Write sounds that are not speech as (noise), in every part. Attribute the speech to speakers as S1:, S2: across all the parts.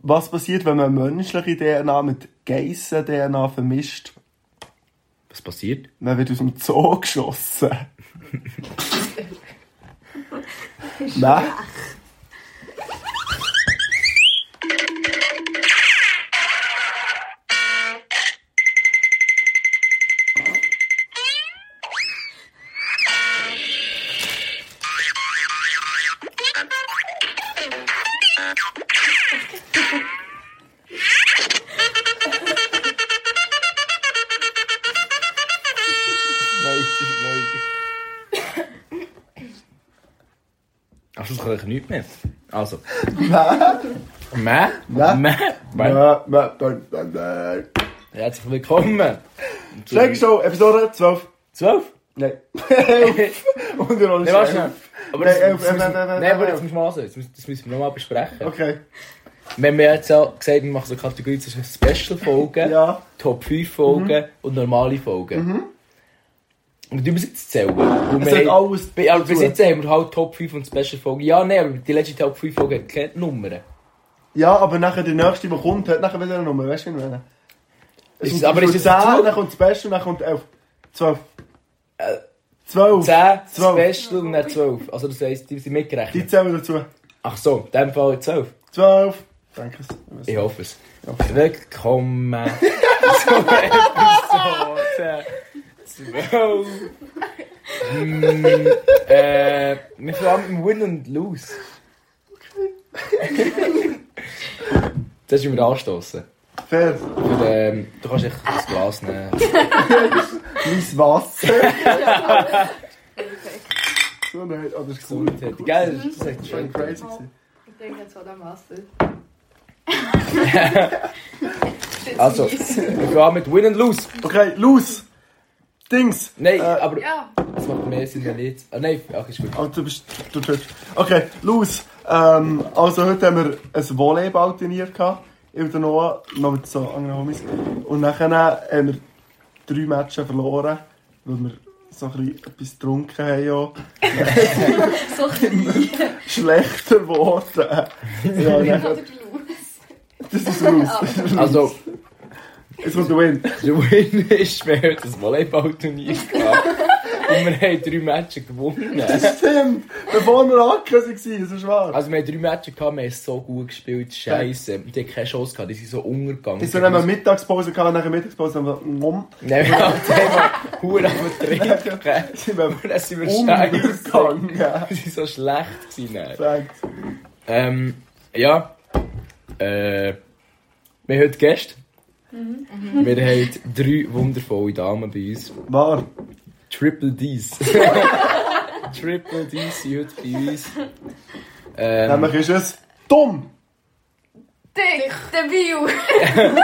S1: was passiert, wenn man menschliche DNA mit Geissen-DNA vermischt?
S2: Was passiert?
S1: Man wird aus dem Zoo geschossen. Nein. Nein, nein.
S2: Also, das kann ich nicht mehr. Also. Mäh? Mäh?
S1: Mäh?
S2: Mäh?
S1: Nein, nein, nein, nein.
S2: Herzlich willkommen.
S1: Schläge Show, Episode 12.
S2: 12?
S1: Nein. (laughs)
S2: (laughs)
S1: Und wir rollen
S2: Nein, warte schnell. Aber das,
S1: Nein,
S2: das,
S1: äh,
S2: müssen-
S1: nein, nein, nein,
S2: nein, aber
S1: nein.
S2: jetzt müssen wir also, jetzt müssen- das müssen wir nochmal besprechen.
S1: Okay.
S2: Wenn wir jetzt auch gesagt haben, wir machen so Kategorie zwischen Special-Folgen,
S1: Ja. Mhm.
S2: Top 5-Folgen und normale Folgen. Und die müssen jetzt zählen. Und
S1: Es
S2: wir
S1: hat
S2: haben-
S1: alles
S2: Bei- aber bis
S1: dazu.
S2: jetzt haben wir halt Top 5 und Special-Folgen. Ja, nein, aber die letzte Top 5-Folge hat keine Nummern.
S1: Ja, aber nachher der nächste, der kommt, hat nachher wieder eine Nummer. Weißt du, wie ich meine?
S2: Ist es-
S1: kommt
S2: aber ist es
S1: 10,
S2: zu-
S1: dann kommt das Beste, dann kommt 11. 12.
S2: Äh,
S1: 12.
S2: 10,
S1: Zwölf.
S2: Special und dann 12. Also das heisst, die sind
S1: Die
S2: mitgerechnet.
S1: zählen dazu.
S2: Ach so, in dem Fall 12.
S1: 12. Danke.
S2: Ich hoffe es.
S1: Ja, okay.
S2: Willkommen (laughs) zur Episode 12. Mm, äh, wir fangen mit Win und Lose. (laughs) Das ist über anstoßen.
S1: Fair.
S2: Und, ähm, du kannst echt das Glas nehmen.
S1: Mein Wasser.
S3: Perfekt.
S1: so, nein, aber es ist cool.
S2: Gesundheit. Gell? Das ist echt
S1: Das war
S2: schön.
S1: crazy. gewesen.
S3: Ich denke jetzt an den Wasser.
S2: Also, wir fangen mit Win und Lose.
S1: Okay, los. Dings.
S2: Nein,
S1: Äh,
S2: aber
S3: Ja,
S2: das macht mehr Sinn, wenn nicht. Ah, nein, ach, ist gut.
S1: (laughs) Oh, du bist du tust. Okay, los. Ähm, also heute haben wir ein Volleyballturnier gehabt. Ich und der Noah, noch mit so anderen Homies. Und nachher haben wir drei Matches verloren, weil wir so ein bisschen etwas getrunken haben. Auch.
S3: so klein.
S1: (laughs) Schlechter geworden. ja,
S3: Oder
S1: nachher,
S3: die Luz.
S1: das ist raus.
S3: Ah,
S2: Also,
S1: Jetzt kommt der Win.
S2: Der Win ist, wir haben das Volleyballturnier (laughs) gehabt. Und wir haben drei Matches gewonnen.
S1: Stimmt, bevor wir angekommen waren, das ist wahr.
S2: Also wir haben drei Matches gehabt, wir haben so gut gespielt, scheiße. Die hatten keine Chance gehabt, die sind so untergegangen.
S1: Ich so haben wir Mittagspause gehabt, nach der Mittagspause haben wir um, Nom.
S2: Nein, wir haben die einfach Huren am Trinken.
S1: Sind wir
S2: Und dann sind wir scheiße.
S1: umgegangen.
S2: Wir sind so schlecht gewesen.
S1: Perfekt.
S2: Ähm, ja. Äh, wir haben Gäste. Wir haben drei wundervolle Damen bei uns.
S1: Wahr.
S2: Triple (laughs) D's. Triple D's sind heute bei uns. Ähm,
S1: Nämlich ist es dumm.
S3: Dick, debil.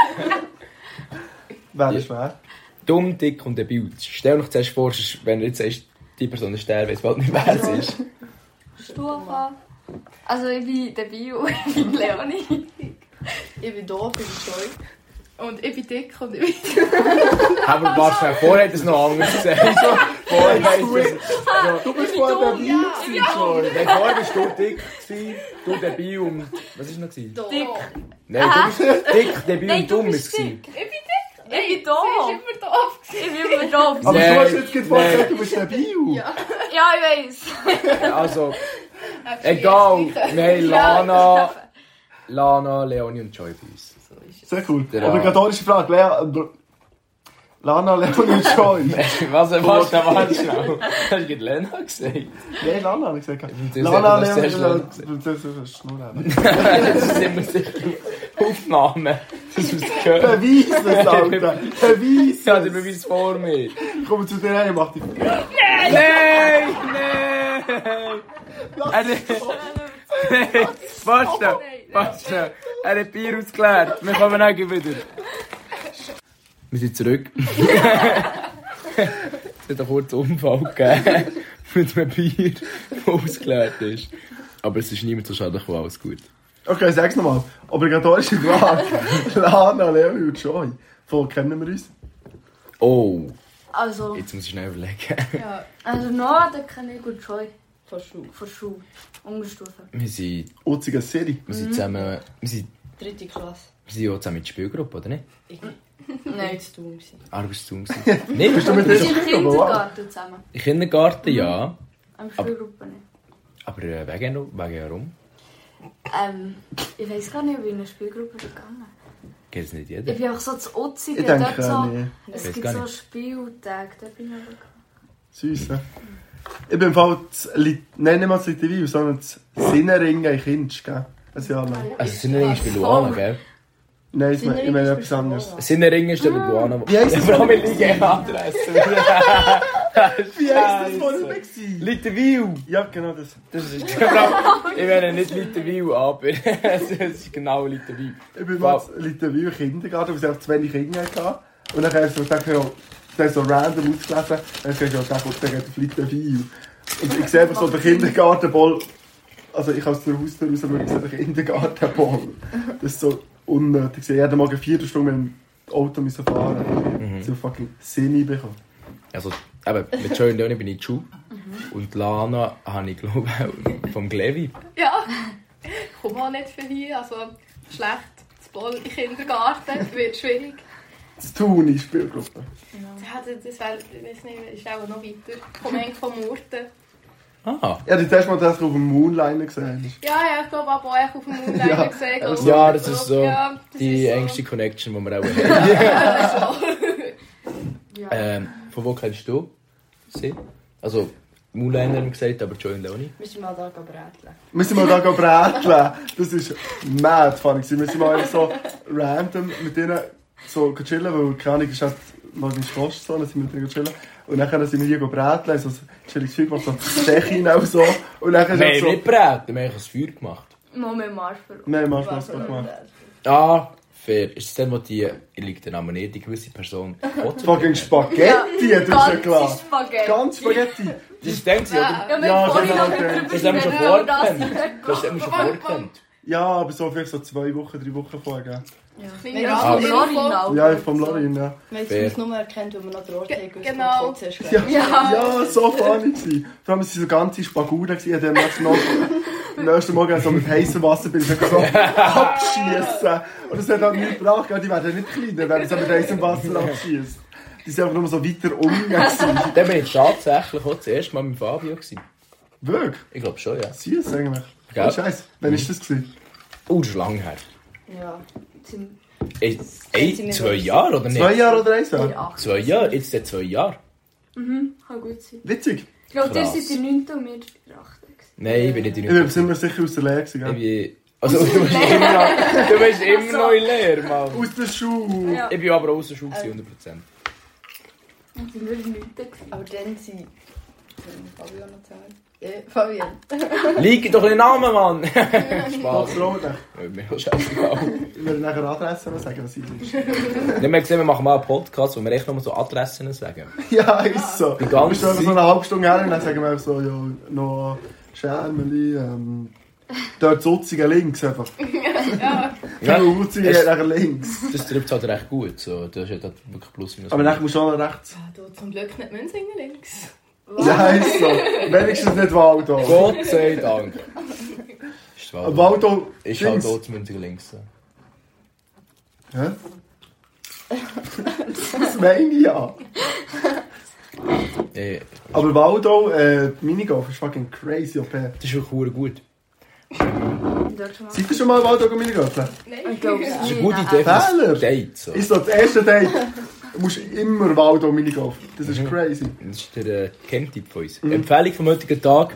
S1: Wer
S2: Ja.
S1: ist wer?
S2: dumm, dick und debil. Stell dir zuerst vor, sonst, wenn du jetzt sagst, die Person ist sterben, weiss bald nicht, wer es ist.
S3: Stufa. Also ich bin debil, (laughs) ich bin Leonie. Ich bin doof, ich bin scheu. Und ich bin dick und ich bin...
S2: Aber warte, also. vorher hat es noch anders (laughs) gesagt. vorher
S1: du-
S2: weißt du.
S1: Du bist voll der
S3: dumm, ja.
S1: Liebste, Joy.
S2: Nein, vorher bist du dick, gewesen, du debil und. Was ist noch? gewesen?
S3: Dick.
S2: Nein, du
S3: Ah.
S2: bist dick, debil und dumm. ist gewesen.
S3: Ich bin dick. Ich bin doof. Ich bin immer doof. Ich bin immer doof.
S1: Aber
S2: Nein,
S1: du hast jetzt gerade vorher
S2: nein.
S1: gesagt, du bist der Bio.
S3: Ja, ich weiss.
S2: Also,
S3: Nou,
S2: egal. Wir haben Lana, Lana, Leonie und Joy bei uns.
S1: Sehr cool.
S2: Der
S1: Obligatorische Frage. Lea, äh, br- Lana, Leonie und
S2: (laughs)
S1: Joy.
S2: Was erwartet der Mann schnell? Hast du gerade Lena gesagt?
S1: Nein, Lana habe ich gesagt.
S2: Das ist
S1: Lana,
S2: etwas sehr
S1: Leonie
S2: schnell
S1: und Joy.
S2: (laughs)
S1: Das ist eine Schnurre.
S2: Das sind wir sicher Aufnahmen. Das muss ich hören.
S1: Beweis
S2: (laughs)
S1: es, Alter. Beweis
S2: Ich habe
S1: es.
S2: den Beweis vor mir.
S1: Ich komme zu dir her, ich mach dich.
S2: Nein, nein. Er Nein, warte schnell, warte schnell. Er hat Bier ausgeleert. Wir kommen auch gleich wieder. Wir sind (laughs) zurück. es hat einen kurzen Unfall gegeben mit einem Bier, Oh, das ausgeleert ist. Aber es ist niemand so schade gekommen, alles gut.
S1: Okay, sag's nochmal. Obligatorische Frage.
S4: (laughs)
S1: Lana, Leonie und Joy. Von kennen wir uns?
S2: Oh,
S4: Also,
S2: jetzt muss ich schnell überlegen.
S4: also Noah, den kenne ich gut schon
S3: Von Schuh.
S4: von Schule. Unterstufe.
S2: Wir sind,
S1: Utzige City.
S2: wir sind zusammen... Wir sind
S5: dritte Klasse.
S2: Wir sind ja auch zusammen in der Spielgruppe, oder nicht?
S3: Mm.
S5: Nein, zu tun. gewesen.
S2: Ah, du bist zu Hause. Nein, bist du
S4: (laughs)
S1: mit
S2: mit
S4: Wir
S2: im
S4: sind im Kindergarten zusammen.
S2: Kindergarten, ja.
S4: Am Schulgruppe nicht.
S2: Aber äh, wegen, wegen warum?
S4: Ähm, ich weiß gar nicht, ob ich in eine Spielgruppe bin gegangen
S2: Geht es nicht
S4: Ich
S2: jeder?
S4: bin auch so zu Utzig.
S1: Ich denke,
S4: dort so,
S1: nee.
S4: Es
S2: Weiß
S4: gibt
S2: gar
S4: so
S2: nicht.
S4: Spieltage, da bin ich aber gegangen.
S1: Süße. Ich bin im Fall das Lit nein, nicht mal das Litivil, sondern das Sinneringen in Kinsch, gell? Ein Jahr lang.
S2: Also Sinnering ist bei Luana, gell?
S1: Nein, ich meine ich meine
S5: Sinneringen
S1: etwas anderes.
S2: Sinnering ist der bei Luana. wo-
S1: Wie heisst
S2: (laughs)
S1: das?
S2: Vor allem in Liga-Adresse.
S1: Wie heisst das, wo ich war?
S2: Littenwil!
S1: Ja, genau das.
S2: Das ist genau. Ich meine nicht Littenwil, aber (laughs) es ist genau Littenwil.
S1: Ich bin mal in Litivil Kindergarten, weil ich einfach zu wenig Kinder hatte. Und dann habe ich so gedacht, ja, das ist so random ausgelesen. Dann habe ich gesagt, ja, der kommt, der geht auf Litivil. Und ich sehe einfach so den Kindergartenball. Also ich aus der Haustür raus, aber ich sehe den Kindergartenball. Das ist so unnötig. Ich jeden Morgen vier Stunden mit dem Auto müssen fahren. So fucking Sinn bekommen.
S2: Also, eben, mit Joy und Leonie bin ich in die Schule. Und Lana habe ich, glaube ich, vom Glevi.
S3: Ja, ich komme auch nicht viel hier. Also schlecht, das Ball im Kindergarten wird schwierig.
S1: Das Tun in Spielgruppe.
S3: Ja, das, das wär, ich weiß nicht, ist auch noch weiter. Ich komme eigentlich von Murten.
S2: Ah.
S1: Ja, das erste Mal, dass du auf dem Moonliner gesehen hast.
S3: Ja, ja, ich glaube, aber euch auf dem Mund
S1: Ja,
S3: gesehen.
S1: aber
S3: glaub,
S2: Ja, das ist so
S3: Ja, das
S2: die
S3: ist so.
S2: engste Connection, die wir auch haben.
S3: (laughs)
S2: ähm, von wo kennst du sie? Also, Mouliner haben wir gesagt, aber Joy und Leonie.
S5: Müssen wir mal da gehen bräteln.
S1: Müssen wir da gehen bräteln? Das ist mad funny. gewesen. Wir sind mal so random mit denen so chillen, weil keine Ahnung, ist halt logisch Kost so, dann sind wir mit denen chillen. Und dann sind wir hier gehen bräteln, so ein chilliges Feuer gemacht, so ein Dechin auch so. Und dann ist
S2: Wir
S1: es
S2: haben
S1: Also so...
S2: nicht braten, wir haben ein Feuer gemacht.
S4: Moment, Marsch für uns.
S1: Nein, machst du das doch mal.
S2: Ah, fair. Ist es dann, wo die, ich liege den Namen nicht, die gewisse Person. Das
S1: Fucking Spaghetti, du hast ja klar.
S4: Spaghetti.
S1: Ganz Spaghetti.
S2: ist dann, gewesen, oder?
S4: Ja, wir
S1: Ja,
S4: haben vorhin
S1: genau,
S4: noch
S1: okay.
S4: darüber
S2: Das haben wir schon
S4: geredet, aber das-
S2: vorgekannt. Das haben wir schon vorgekannt.
S1: Ja, aber so vielleicht so zwei Wochen, drei Wochen vorher.
S3: Kleine
S5: Ah,
S3: Rahmen-
S4: Sorry,
S3: Info.
S4: Laura.
S1: Ja, vom Lorin, ja.
S5: Wir haben
S2: Fair.
S5: es nur erkannt, weil wir noch den Ort haben, gewusst,
S3: genau.
S5: wo du Kotze hast
S1: Ja,
S5: geredet.
S1: ja. so funny gsi. Vor allem, es waren so ganze Spaguren. gsi. Ich hab am nächsten Morgen, am nächsten Morgen so mit heißem Wasser bin ich so abschießen. Und das hat halt nichts gebracht. gell. Die werden nicht kleiner, wenn du so mit heißem Wasser abschießt. Die sind einfach nur so weiter umgegangen.
S2: Dann bin ich tatsächlich auch das erste Mal mit Fabio. Gewesen.
S1: Wirklich?
S2: Ich glaube schon, ja.
S1: Süß eigentlich.
S2: Gell?
S1: Oh, Scheiße. Wann war das? Gewesen?
S2: Oh, das ist lange her.
S5: Ja.
S4: Sind
S2: Ey, ey, zwei Jahre oder nicht?
S1: Zwei Jahre oder eins
S4: wir
S1: Jahr?
S4: acht?
S2: Zwei Jahre, jetzt sind zwei Jahre.
S4: Kann gut sein.
S1: Witzig.
S4: Ich glaube, ihr
S2: Krass.
S4: seid die 9. und wir die 8.
S2: Nein, ich bin nicht in
S1: Ich bin ziemlich sicher aus der Lehre. gewesen,
S2: Ich
S1: gell?
S2: bin. Also, du bist immer noch, du bist immer noch in Lehre, Mann.
S1: Aus der Schule.
S4: Ja.
S2: Ich bin aber außer Schule, gewesen, 100%.
S4: Und sind wir die 9. gewesen.
S5: Aber dann sind... Fabian noch zusammen. Ja, Fabian.
S2: Lieg doch den Namen, Mann! Spaß.
S1: Mach's auch nicht.
S2: Mir ist scheißegal.
S1: Ich werde nachher Adresse noch sagen, was ich bin.
S2: Nicht mehr gesehen, wir machen mal einen Podcast, wo wir echt nochmal so Adressen sagen.
S1: (laughs) Ja, ist so. Du
S2: Die
S1: bist
S2: ganze
S1: schon so
S2: Zeit.
S1: eine halbe Stunde her und dann sagen wir einfach so, ja, noch Schärmeli, ähm, dort Sutzigen links einfach. Ja,
S2: Ja,
S1: Sutzigen geht nachher links.
S2: das trifft halt recht gut. So. Das ist halt wirklich plus minus.
S1: Aber nachher musst du auch noch rechts.
S3: Ah, du, Zum Glück nicht Münzinger links.
S1: (laughs) Ja, ist so. Wenigstens nicht Waldo.
S2: Gott sei Dank. Ist wahr.
S1: Waldo
S2: Ist halt
S1: links.
S2: dort zu Münziger links.
S1: Hä? Das meine ich ja.
S2: Ey,
S1: Aber Waldo, äh, die Minigolf ist fucking crazy, OP.
S2: das ist wirklich verdammt gut.
S4: Und dort schon mal.
S1: Seid ihr schon mal Waldo Minigolfen?
S3: (laughs)
S4: Ich glaube, es
S2: Das ist
S4: ist
S2: eine gute
S4: nicht.
S2: Idee für
S1: Fehler.
S2: ein Date. So.
S1: Ist so das erste Date. Du musst immer Waldo Minigolfen. Das ist crazy.
S2: Das ist der äh, Camp-Tipp von uns. Empfehlung vom heutigen Tag: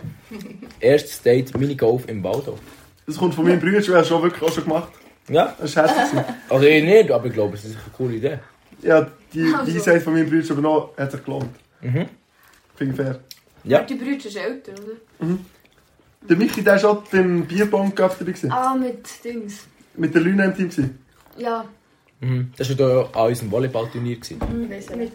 S2: Erstes Date Minigolf im Waldo.
S1: Das kommt von meinem Bruder, der hat schon wirklich auch schon gemacht.
S2: Ja,
S1: Das war herzlich.
S2: also ich nicht, aber ich glaube, es ist eine coole Idee.
S1: Ja, die
S4: (laughs) Also.
S1: Weisheit von meinem Bruder übernommen, hat sich gelohnt.
S2: Mhm.
S1: Finde ich fair.
S2: Ja.
S4: Die Brüder ist älter, oder?
S1: Der Michi, der war schon beim Bierbong dabei. gewesen.
S4: Ah, mit Dings.
S1: Mit der Lüne im Team. gewesen.
S4: Ja,
S2: Mhm. Das war da an unserem Volleyballturnier. gewesen.
S5: Ich weiss nicht.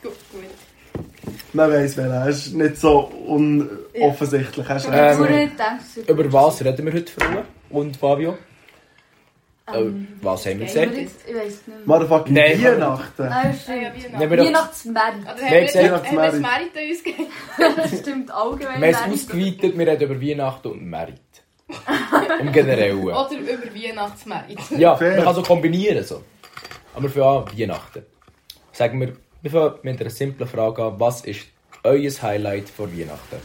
S3: Gut, gut.
S1: Man weiss wer er ist nicht so unoffensichtlich. Er ist
S2: Ja.
S1: einfach
S2: Ähm,
S1: so-
S4: vorher denkst du
S2: Über was reden wir heute, Frauen und Fabio?
S4: Ehm, Um,
S2: äh, was haben wir
S4: Ich
S2: gesagt? Nein,
S4: weiß nicht mehr.
S1: Motherfucking
S2: Nein,
S4: (laughs)
S1: Weihnachten.
S4: Nein,
S3: Ah, ja,
S4: stimmt.
S3: wie
S2: wir
S3: noch.
S2: haben doch-
S4: Weihnachtsmärz. (laughs)
S3: Aber
S4: Also,
S3: haben wir
S2: gesagt,
S3: haben wir das
S1: Mary.
S3: Merit uns gegeben?
S4: das stimmt allgemein.
S2: wir haben es
S4: Weihnachten.
S2: ausgeweitet, wir reden über Weihnachten und Merit. Im Generellen.
S3: Oder über (laughs) Weihnachtsmärkte.
S2: Ja,
S1: Fair.
S2: man kann so kombinieren. So. Aber für an Weihnachten. Sagen wir, wir fangen mit einer simplen Frage an. Was ist euer Highlight vor Weihnachten?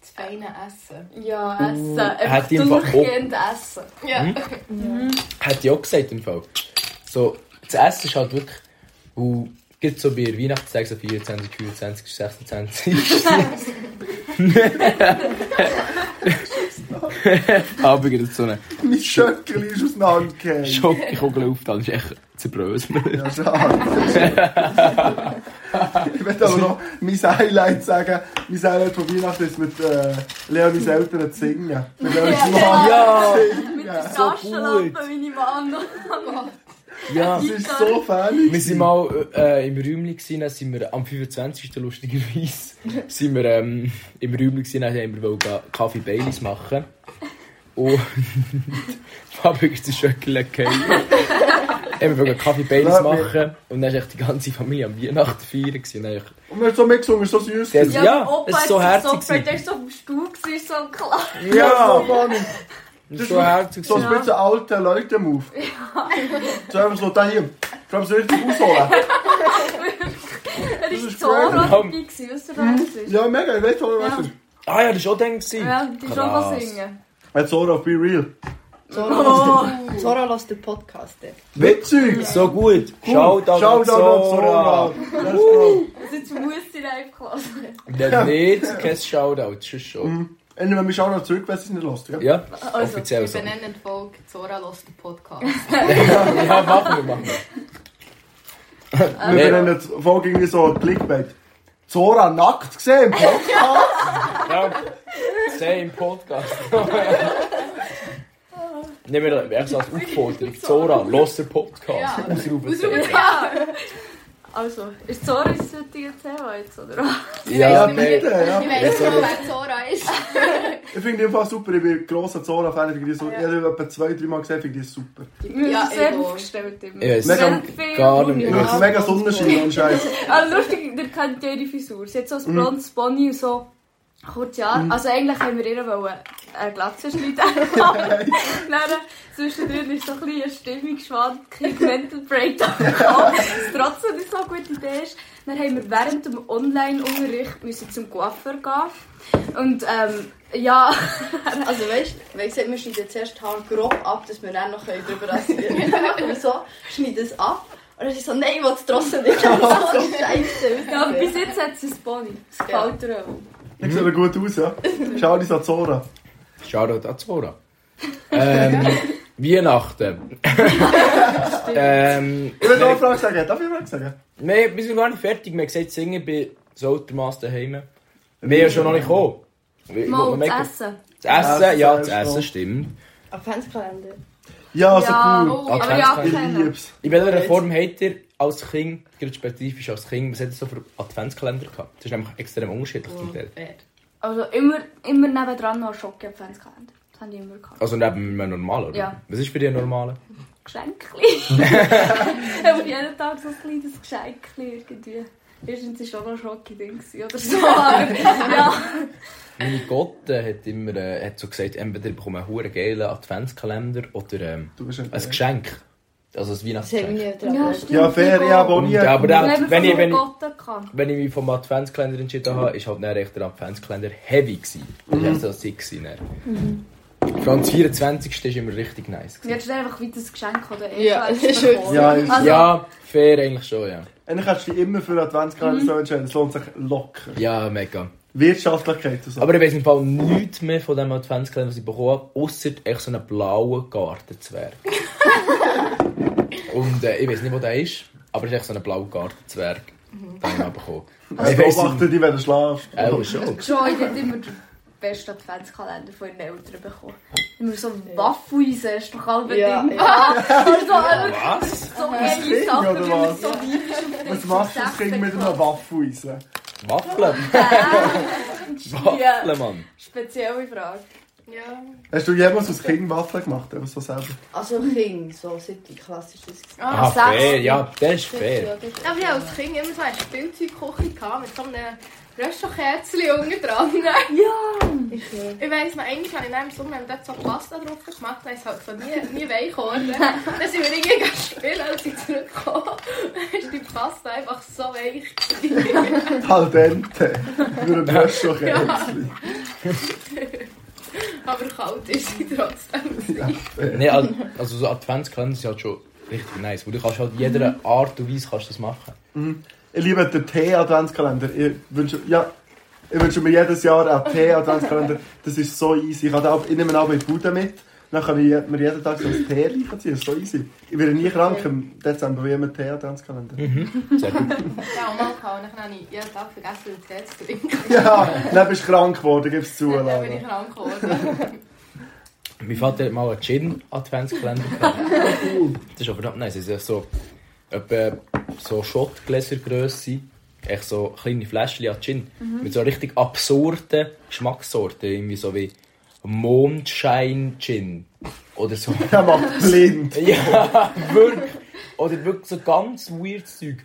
S3: Das feine Essen.
S4: Ja, essen.
S2: hat
S4: Einfach
S2: die im Fall-
S4: durchgehend essen.
S3: Ja. (laughs)
S2: Hätte ich auch gesagt im Fall. So, das Essen ist halt wirklich. Und gibt so bei Weihnachtstag so 24, 25, 26. (laughs) Aber gibt so eine
S1: Mein Schöckel ist auseinandergegangen.
S2: Schokokugel auf, dann ist echt zerbröselt.
S1: Ja, schade. ich möchte aber noch mein Highlight sagen. Mein Highlight von Weihnachten ist mit äh, Leonis Eltern zu singen. Mit Leonis Mann.
S2: Ja!
S4: genau. Mit der
S2: So
S4: Taschenlampe,
S2: gut.
S4: meine Mama.
S2: Ja!
S1: Das ist so fällig.
S2: Wir waren mal äh, im Räumchen, gewesen, dann sind wir am 25. (laughs) lustigerweise sind wir, ähm, im Räumchen, gewesen, dann haben wir wohl ga- Kaffee Baileys machen. Und (laughs) Fabio ist zu schöckeln (laughs) gefallen. Wir wollten Kaffee Baileys
S1: Lass mich.
S2: machen und dann war echt die ganze Familie am Weihnachten feiern. gewesen. Dann echt-
S1: Und wir haben so mitgesungen, so süß.
S2: Der- Ja,
S4: mein Opa
S2: es ist so
S4: hat sich
S2: herzig gewesen.
S4: gefreut, Der war so auf dem Stuhl, gewesen, so klar.
S1: Ja, Mann.
S2: Das war so herzig.
S1: So ein bisschen alter Leute-Move. So einfach so, da hier. Ich glaube, es richtig (laughs) ausholen.
S4: Er war
S1: ist
S4: so rot
S1: crazy.
S4: dabei, gewesen, weißt du, was das ist?
S1: Ja, mega, ich weiß, was du
S4: Ja.
S1: meinst.
S2: Ah ja, das war auch der. gewesen.
S4: Ja, die schon
S2: Krass.
S4: was singen.
S1: Jetzt so auf Be Real.
S4: Oh,
S6: Zora lässt den Podcast. ey.
S1: Witzig.
S2: So gut. Schau da
S1: Schau da noch Sora. Let's go.
S4: jetzt muss die live klassen.
S2: Wenn nicht, kein Shoutout. Tschüss schon.
S1: Um, Ende, wenn wir schauen, noch zurück, wenn es nicht lässt. gell?
S2: Ja,
S4: Also,
S2: offiziell
S3: Wir
S2: so.
S3: benennen die Folge «Zora lässt den Podcast».
S2: Ja, machen wir, machen wir.
S1: Wir nennen jetzt voll irgendwie so Clickbait. Zora nackt gesehen.
S2: Ja, same Podcast. Nehmen wir echt so als Aufforderung. Zora, los den Podcast.
S3: Ja.
S2: Ausrufen.
S4: also, ist Zora das heutige Thema jetzt, oder?
S2: Ja,
S1: Ja, bitte, ja.
S3: Ich weiss nicht, wer Zora ist.
S1: Ich finde die einfach super, ich bin grosser Zora-Fan. Ich finde die so, ich habe die etwa zwei, dreimal gesehen, ich finde die super.
S4: Wir sind
S3: Ja,
S4: sehr
S3: Ego.
S4: aufgestellt immer.
S2: Ich weiß
S1: Mega-
S2: gar nicht
S1: Ich
S2: mehr.
S1: ja, mega Sonnenschein und Scheiß.
S4: Also lustig, ihr kennt ja ihre Frisur. Sie hat so ein blondes Pony und so kurze Haare. Also eigentlich haben wir ihr wollen äh, eine Glatze schneiden aber dann zwischendrin ist so ein bisschen eine Stimmung geschwankt, kein Mental Breakdown gekommen. Was trotzdem nicht so eine gute Idee ist. Dann haben wir während dem Online-Unterricht müssen zum Coiffeur gehen. Und ähm, ja,
S6: Also weißt du, wie gesagt, wir schneiden zuerst die Haare grob ab, dass wir dann noch können
S4: (laughs)
S6: drüber rasieren können. Und so, schneiden es ab. Und dann ist so, nein, ich will es trotzdem nicht. (laughs) Und so, scheiße.
S4: ja, aber bis jetzt hat sie ein Pony. Das gefällt ihr auch.
S1: Ich sehe gut aus, ja. Schau dich an Zora.
S2: Shoutout an Zora. Ähm, Weihnachten. ähm,
S1: Ich will noch eine Frage sagen. Darf ich eine Frage sagen?
S2: nein, wir sind gar nicht fertig. Wir haben gesagt, singen bei Soltermaß daheim. Wir sind ja schon noch nicht gekommen. Wir-
S4: Mal
S2: wir- wir-
S4: das Essen.
S2: Das Essen, ja, das
S1: Essen.
S2: Essen stimmt.
S6: Adventskalender.
S1: Ja, so
S4: Ja, oh,
S3: Oh,
S1: cool.
S4: aber ja,
S1: Ich
S4: kennen.
S1: lieb's.
S2: In welcher Form habt ihr als Kind, gerade spezifisch als Kind, was hat ihr so für Adventskalender gehabt? Das ist nämlich extrem unterschiedlich zum Teil.
S4: Also immer, immer nebendran noch einen Schock-Adventskalender. Das haben die immer gehabt.
S2: Also neben einem normalen, oder?
S4: Ja.
S2: Was ist bei dir normal?
S4: (laughs) Geschenkli. Aber jeden Tag so ein kleines Geschenkli irgendwie. Erstens war es schon noch ein Schocki-Ding gewesen oder so. aber ja.
S2: Meine Gotte hat immer äh, hat so gesagt, entweder bekomme einen huren geilen Adventskalender oder ähm,
S1: Du bist
S2: ein Geschenk. Also ein
S6: Das haben
S2: Weihnachtsgeschenk.
S6: wir ja
S4: stimmt.
S1: Ja, fair, ich habe auch
S2: Und,
S1: nie.
S2: äh, aber
S4: Ja,
S2: dann, wenn, ich, wenn, ich,
S4: kann.
S2: wenn ich mich vom Adventskalender entschieden habe, ist halt dann echt der Adventskalender heavy gewesen. Das war echt so sick. gewesen dann.
S4: Mhm.
S2: Vor allem das 24. ist immer richtig nice.
S4: Und
S2: gewesen.
S4: jetzt ist einfach wieder ein Geschenk oder ein
S6: Ja,
S4: Scheiß
S6: das ist
S4: bekommen.
S1: Ja, ist-
S4: also,
S2: ja, fair eigentlich schon, ja.
S1: Eigentlich kannst du dich immer für
S4: Mhm.
S1: Adventskalender so entscheiden. Es lohnt sich locker.
S2: Ja, mega.
S1: Wirtschaftlichkeit und so.
S2: Aber ich weiß im Fall nichts mehr von dem Adventskalender, was ich bekommen habe, außer echt so einen blauen Gartenzwerg. Und äh, ich weiß nicht, wo der ist, aber es ist echt so ein blauer Gartenzwerg, den ich mal bekommen habe.
S1: ich
S2: Ich weiss
S1: Also beobachte dich, wenn du schlafst.
S2: nicht. Äh, schon.
S4: Joy hat immer den besten Adventskalender von ihren Eltern bekommen. Immer so Waffeleisen, ist doch halb
S6: Ja,
S4: Ding.
S6: ja.
S4: Also,
S2: Was?
S4: so geile
S1: Ding,
S4: Sachen,
S1: oder
S4: wie man
S1: was?
S4: so weiblich
S1: Was machst du das Kind mit einer Waffe raus?
S2: Waffeln?
S4: Ja.
S2: Waffeln, Mann.
S4: Spezielle Frage.
S3: Ja.
S1: Hast du jemals aus Kind Waffeln gemacht? Oder so selber?
S6: Also King, so seit die klassisch ist.
S2: Ah,
S3: Ah,
S2: fair, ja, das ist fair.
S3: aber ich hatte als Kind immer so eine Spielzeugküche gehabt mit so einem Röschenkerzchen unten dran. Ich weiss noch, eigentlich habe ich dann im Sommer wenn wir dort so Pasta drauf gemacht, dann ist es halt so nie, nie weich (laughs) geworden. Dann sind wir irgendwie gegangen spielen und sind zurückgekommen. Dann ist die Pasta einfach so weich. gewesen.
S1: Al dente. Nur ein
S3: (laughs)
S1: Bröschchen.
S3: Aber kalt ist sie trotzdem.
S1: Ja.
S2: Nee, al- also so Adventskalender ist halt schon richtig nice, weil du kannst halt jeder Art und Weise kannst du das machen.
S1: Ich liebe den Tee-Adventskalender. Ich wünsche, ja, ich wünsche mir jedes Jahr einen Tee-Adventskalender. Das ist so easy. Ich habe auch in einem Abend in die Bude mit. Dann kann ich je- mir jeden Tag so ein Tee reinziehen. Das ist so easy. Ich werde nie krank im Dezember, wie immer Tee-Adventskalender.
S2: Mhm. Sehr gut.
S3: Ja, und mal gehauen. Dann habe ich jeden Tag vergessen, den Tee zu trinken.
S1: (laughs) Ja, dann bist du krank geworden, gib's zu.
S3: Dann bin
S1: Lara.
S3: ich krank geworden.
S2: mein Vater hat mal einen Gin Adventskalender gehabt. Das ist aber nicht nice. Es ist ja so etwa so Schottgläsergrösse. Echt so kleine Fläschchen an Gin. Mit so richtig absurden Geschmackssorten. Irgendwie so wie Mondschein-Gin. Oder so.
S1: Der macht blind.
S2: Ja, wirklich. Oder wirklich so ganz weirdes Zeug.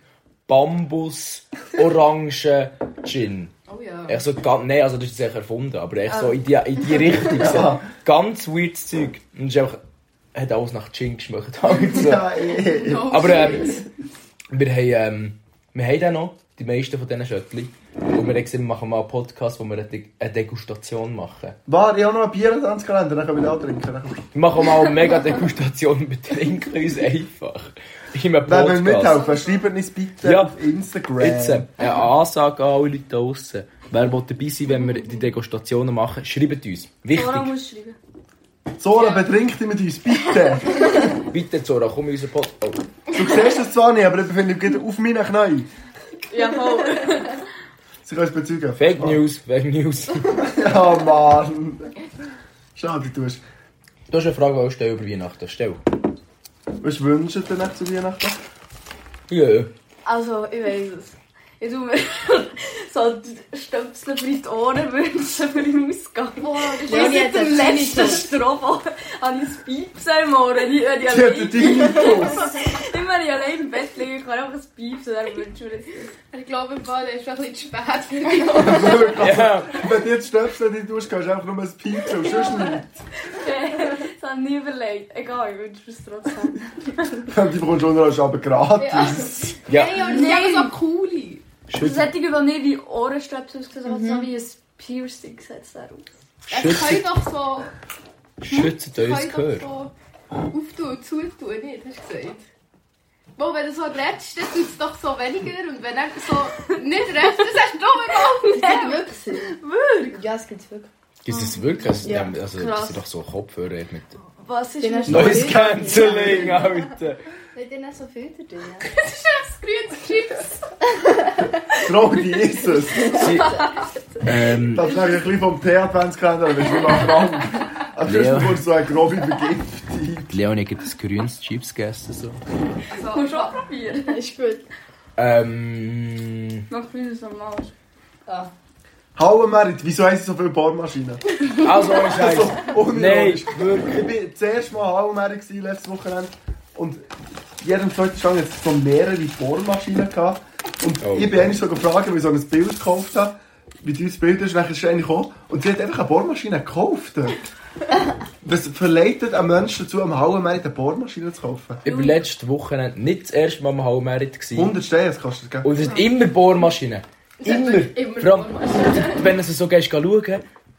S2: Bambus, Orange, Gin.
S3: Oh ja. Ah.
S2: Echt so ganz, nein, also das ist sicher erfunden, aber echt so in die, in
S3: (laughs)
S2: die Richtung. So. Ganz weirdes Zeug. Und es ist einfach, hat alles nach Gin geschmeckt. Halt (laughs) so.
S1: Ja, eh.
S3: No
S2: Aber
S3: shit.
S2: ähm, wir haben, ähm, wir haben dann noch die meisten von diesen Schöttli. Und wir haben gesehen, wir machen mal einen Podcast, wo wir eine Deg- eine Degustation machen.
S1: Warte, ich habe noch einen Bier-Adventskalender, dann können wir den auch trinken. Dann können wir-
S2: Wir machen mal eine mega Degustation und betrinken uns einfach. In einem
S1: Wer will
S2: Podcast.
S1: mithelfen? Schreibt uns bitte
S2: Ja.
S1: auf Instagram.
S2: Jetzt äh, eine Ansage an alle Leute da draussen. Wer will dabei sein, wenn wir die Degustationen machen, schreibt uns.
S4: Dora
S2: Wichtig.
S4: muss schreiben.
S1: Zora, betrink dich mit uns,
S2: (laughs)
S1: bitte.
S2: Bitte, Zora, komm in unseren Podcast. Oh.
S1: Du siehst es zwar nicht, aber ich befinde mich gerade auf meinen Knien.
S4: Ja, voll.
S1: Sie können es bezeugen.
S2: Fake
S1: Oh.
S2: News, Fake News.
S1: (laughs) Ja, Mann. Schade, du hast.
S2: Du hast eine Frage, die ich stelle über Weihnachten stell.
S1: Was wünschst du dir zu Weihnachten?
S2: Ja, ja.
S4: Also, ich weiß es. Ich tue mir (laughs) so Stöpsel für die Ohren wünschen für den Ausgang.
S3: Wow,
S4: Ja,
S3: Jenny
S4: seit
S3: hat
S4: dem
S3: das
S4: letzten Strobo habe ich das Piepsen im Ohr. Wenn ich, wenn ich
S1: Sie hat den
S4: allein,
S1: Ding
S4: (laughs) immer wenn ich allein im Bett liege, kann ich einfach ein Piepsen, dann wünsche ich mir das.
S3: Ich glaube, im Fall ist schon ein bisschen spät für die
S2: Ja.
S1: Wenn du jetzt Stöpsel nicht tust, kannst du einfach nur ein Piepsen und sonst nichts.
S4: (laughs) Das habe ich nie überlegt. Egal, ich wünsche mir es
S2: (laughs)
S4: trotzdem.
S1: Und die bekommst du unten aber gratis.
S2: ja.
S3: aber das ist
S4: Nein.
S3: ja so cool.
S4: Das
S2: Schüttel,
S4: hätte ich noch Also, nie wie Ohrenstöpsel ausgesehen, sondern so wie ein Piercing gesetzt darauf.
S3: Das kann
S2: schützt,
S3: doch so...
S2: schützt
S3: Kann
S2: uns
S3: ich doch
S2: Gehör.
S3: so auftun und zutun, nicht? Hast du gesagt? Wo, wenn du so redest, dann tut es doch so weniger. Und wenn du so nicht redest, dann sagst du doch
S6: Es gibt
S4: (laughs)
S6: wirklich Sinn. Wirklich? Ja, es gibt wirklich.
S2: Ist es wirklich? Also,
S6: Ja,
S2: also, das
S4: krass.
S2: sind doch so Kopfhörer mit
S4: Was ist
S6: hast
S4: mit
S6: du-
S2: Neues Canceling, Alter.
S6: Weil dir nicht so viel da drin (laughs)
S3: das grüne Chips.
S1: Trau die Jesus.
S2: Sie, ähm,
S1: Das sage ich ein bisschen vom Tee-Adventskalender, dann bist du noch krank. Aber sonst
S2: Ja.
S1: bekommst du so eine grobe Vergiftung.
S2: die Leonie hat ein grünes Chips gegessen. So.
S4: Kommst du auch probieren?
S6: Ist gut.
S2: Ähm,
S4: Mach mir das normal.
S1: Hauen wir nicht, wieso heißt es so viele Bohrmaschinen?
S2: also, ohne Scheiß.
S1: Also,
S2: Nein,
S1: unironisch.
S2: wirklich.
S1: Ich bin das erste Mal Hallenmeer gsi letztes Wochenende und jeden zweiten Schrank jetzt so mehrere Bohrmaschinen gehabt. Und
S2: Oh.
S1: ich bin eigentlich so gefragt, weil ich so ein Bild gekauft habe, wie teuer das Bild ist, nachher ist es eigentlich auch. Und sie hat einfach eine Bohrmaschine gekauft. dort. Das verleitet einen Menschen dazu, am Hallenmeer eine Bohrmaschine zu kaufen.
S2: Ich war letztes Wochenende nicht das erste Mal am Hallmerit.
S1: 100 Steine das kostet, gell?
S2: Und es sind immer Bohrmaschinen. Immer.
S3: Immer
S2: Vor allem,
S3: Bohrmaschinen.
S2: Wenn du so gehst, schauen,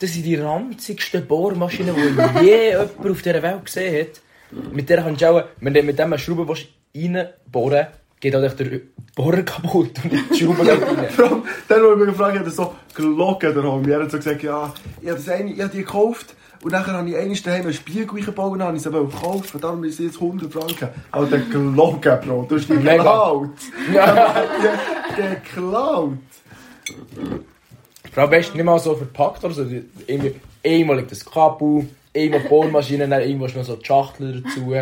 S2: das sind die ranzigsten Bohrmaschinen, die je (laughs) jemand auf dieser Welt gesehen hat. Mit der kannst du auch, wenn du mit dem eine Schraube reinbohren willst, geht auch der Bohrer kaputt und die Schraube geht
S1: (laughs)
S2: rein.
S1: Vor allem, dann, wo ich mich gefragt habe, hat er so gelogen der Homie. Er hat so gesagt, ja, dus ich habe, das eine, ich habe die gekauft und nachher habe ich eines daheim einen Spiegel eingebaut und habe ich sie wollte kaufen. Darum ist sie jetzt 100 Franken. Aber der gelogen, Bro. Du hast die
S2: Mega.
S1: geklaut.
S2: Ja.
S1: Die geklaut.
S2: Vor allem, weißt du, nicht mal so verpackt oder so. Irgendwie, einmal liegt das Kabel, einmal die Bohrmaschine, dann irgendwo ist noch so die Schachtel dazu.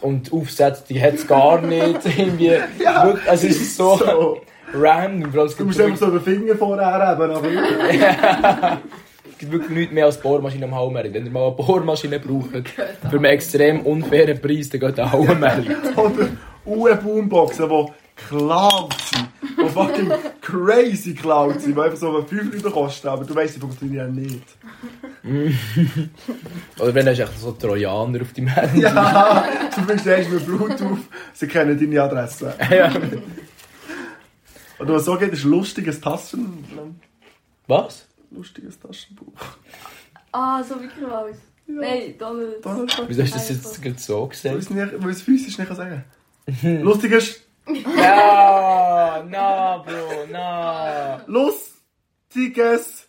S2: Und die Aufsätze, die hat es gar nicht. Irgendwie, wirklich, also es ist so,
S1: So.
S2: random. Vor allem, es
S1: Du
S2: gibt
S1: musst einfach so den Finger vorher haben. Aber
S2: gibt wirklich nichts mehr als Bohrmaschine am Haumelden. Wenn ihr mal eine Bohrmaschine braucht, für einen extrem unfairen Preis, dann geht der Haumelden.
S1: Oder Uhren Boomboxen, die Cloud sind. Die fucking crazy Cloud sind. Die einfach so 5 Leute kosten. Aber du weißt, die funktionieren nicht.
S2: Oder wenn hast du echt so Trojaner auf deinem Handy.
S1: Ja, (laughs) du bist erst mit Bluetooth. Sie kennen deine Adresse.
S2: Ja.
S1: Oder was so geht, ist lustiges Taschen.
S2: Was?
S1: Lustiges Taschenbuch.
S4: Ah, so wie Klaus. Nein, Donald.
S1: Donald.
S2: Wieso hast du das jetzt gerade so
S1: Weil
S2: gesagt?
S1: ich es physisch nicht sagen kann. Lustiges.
S2: Ja, na, Bro, na.
S1: Lustiges.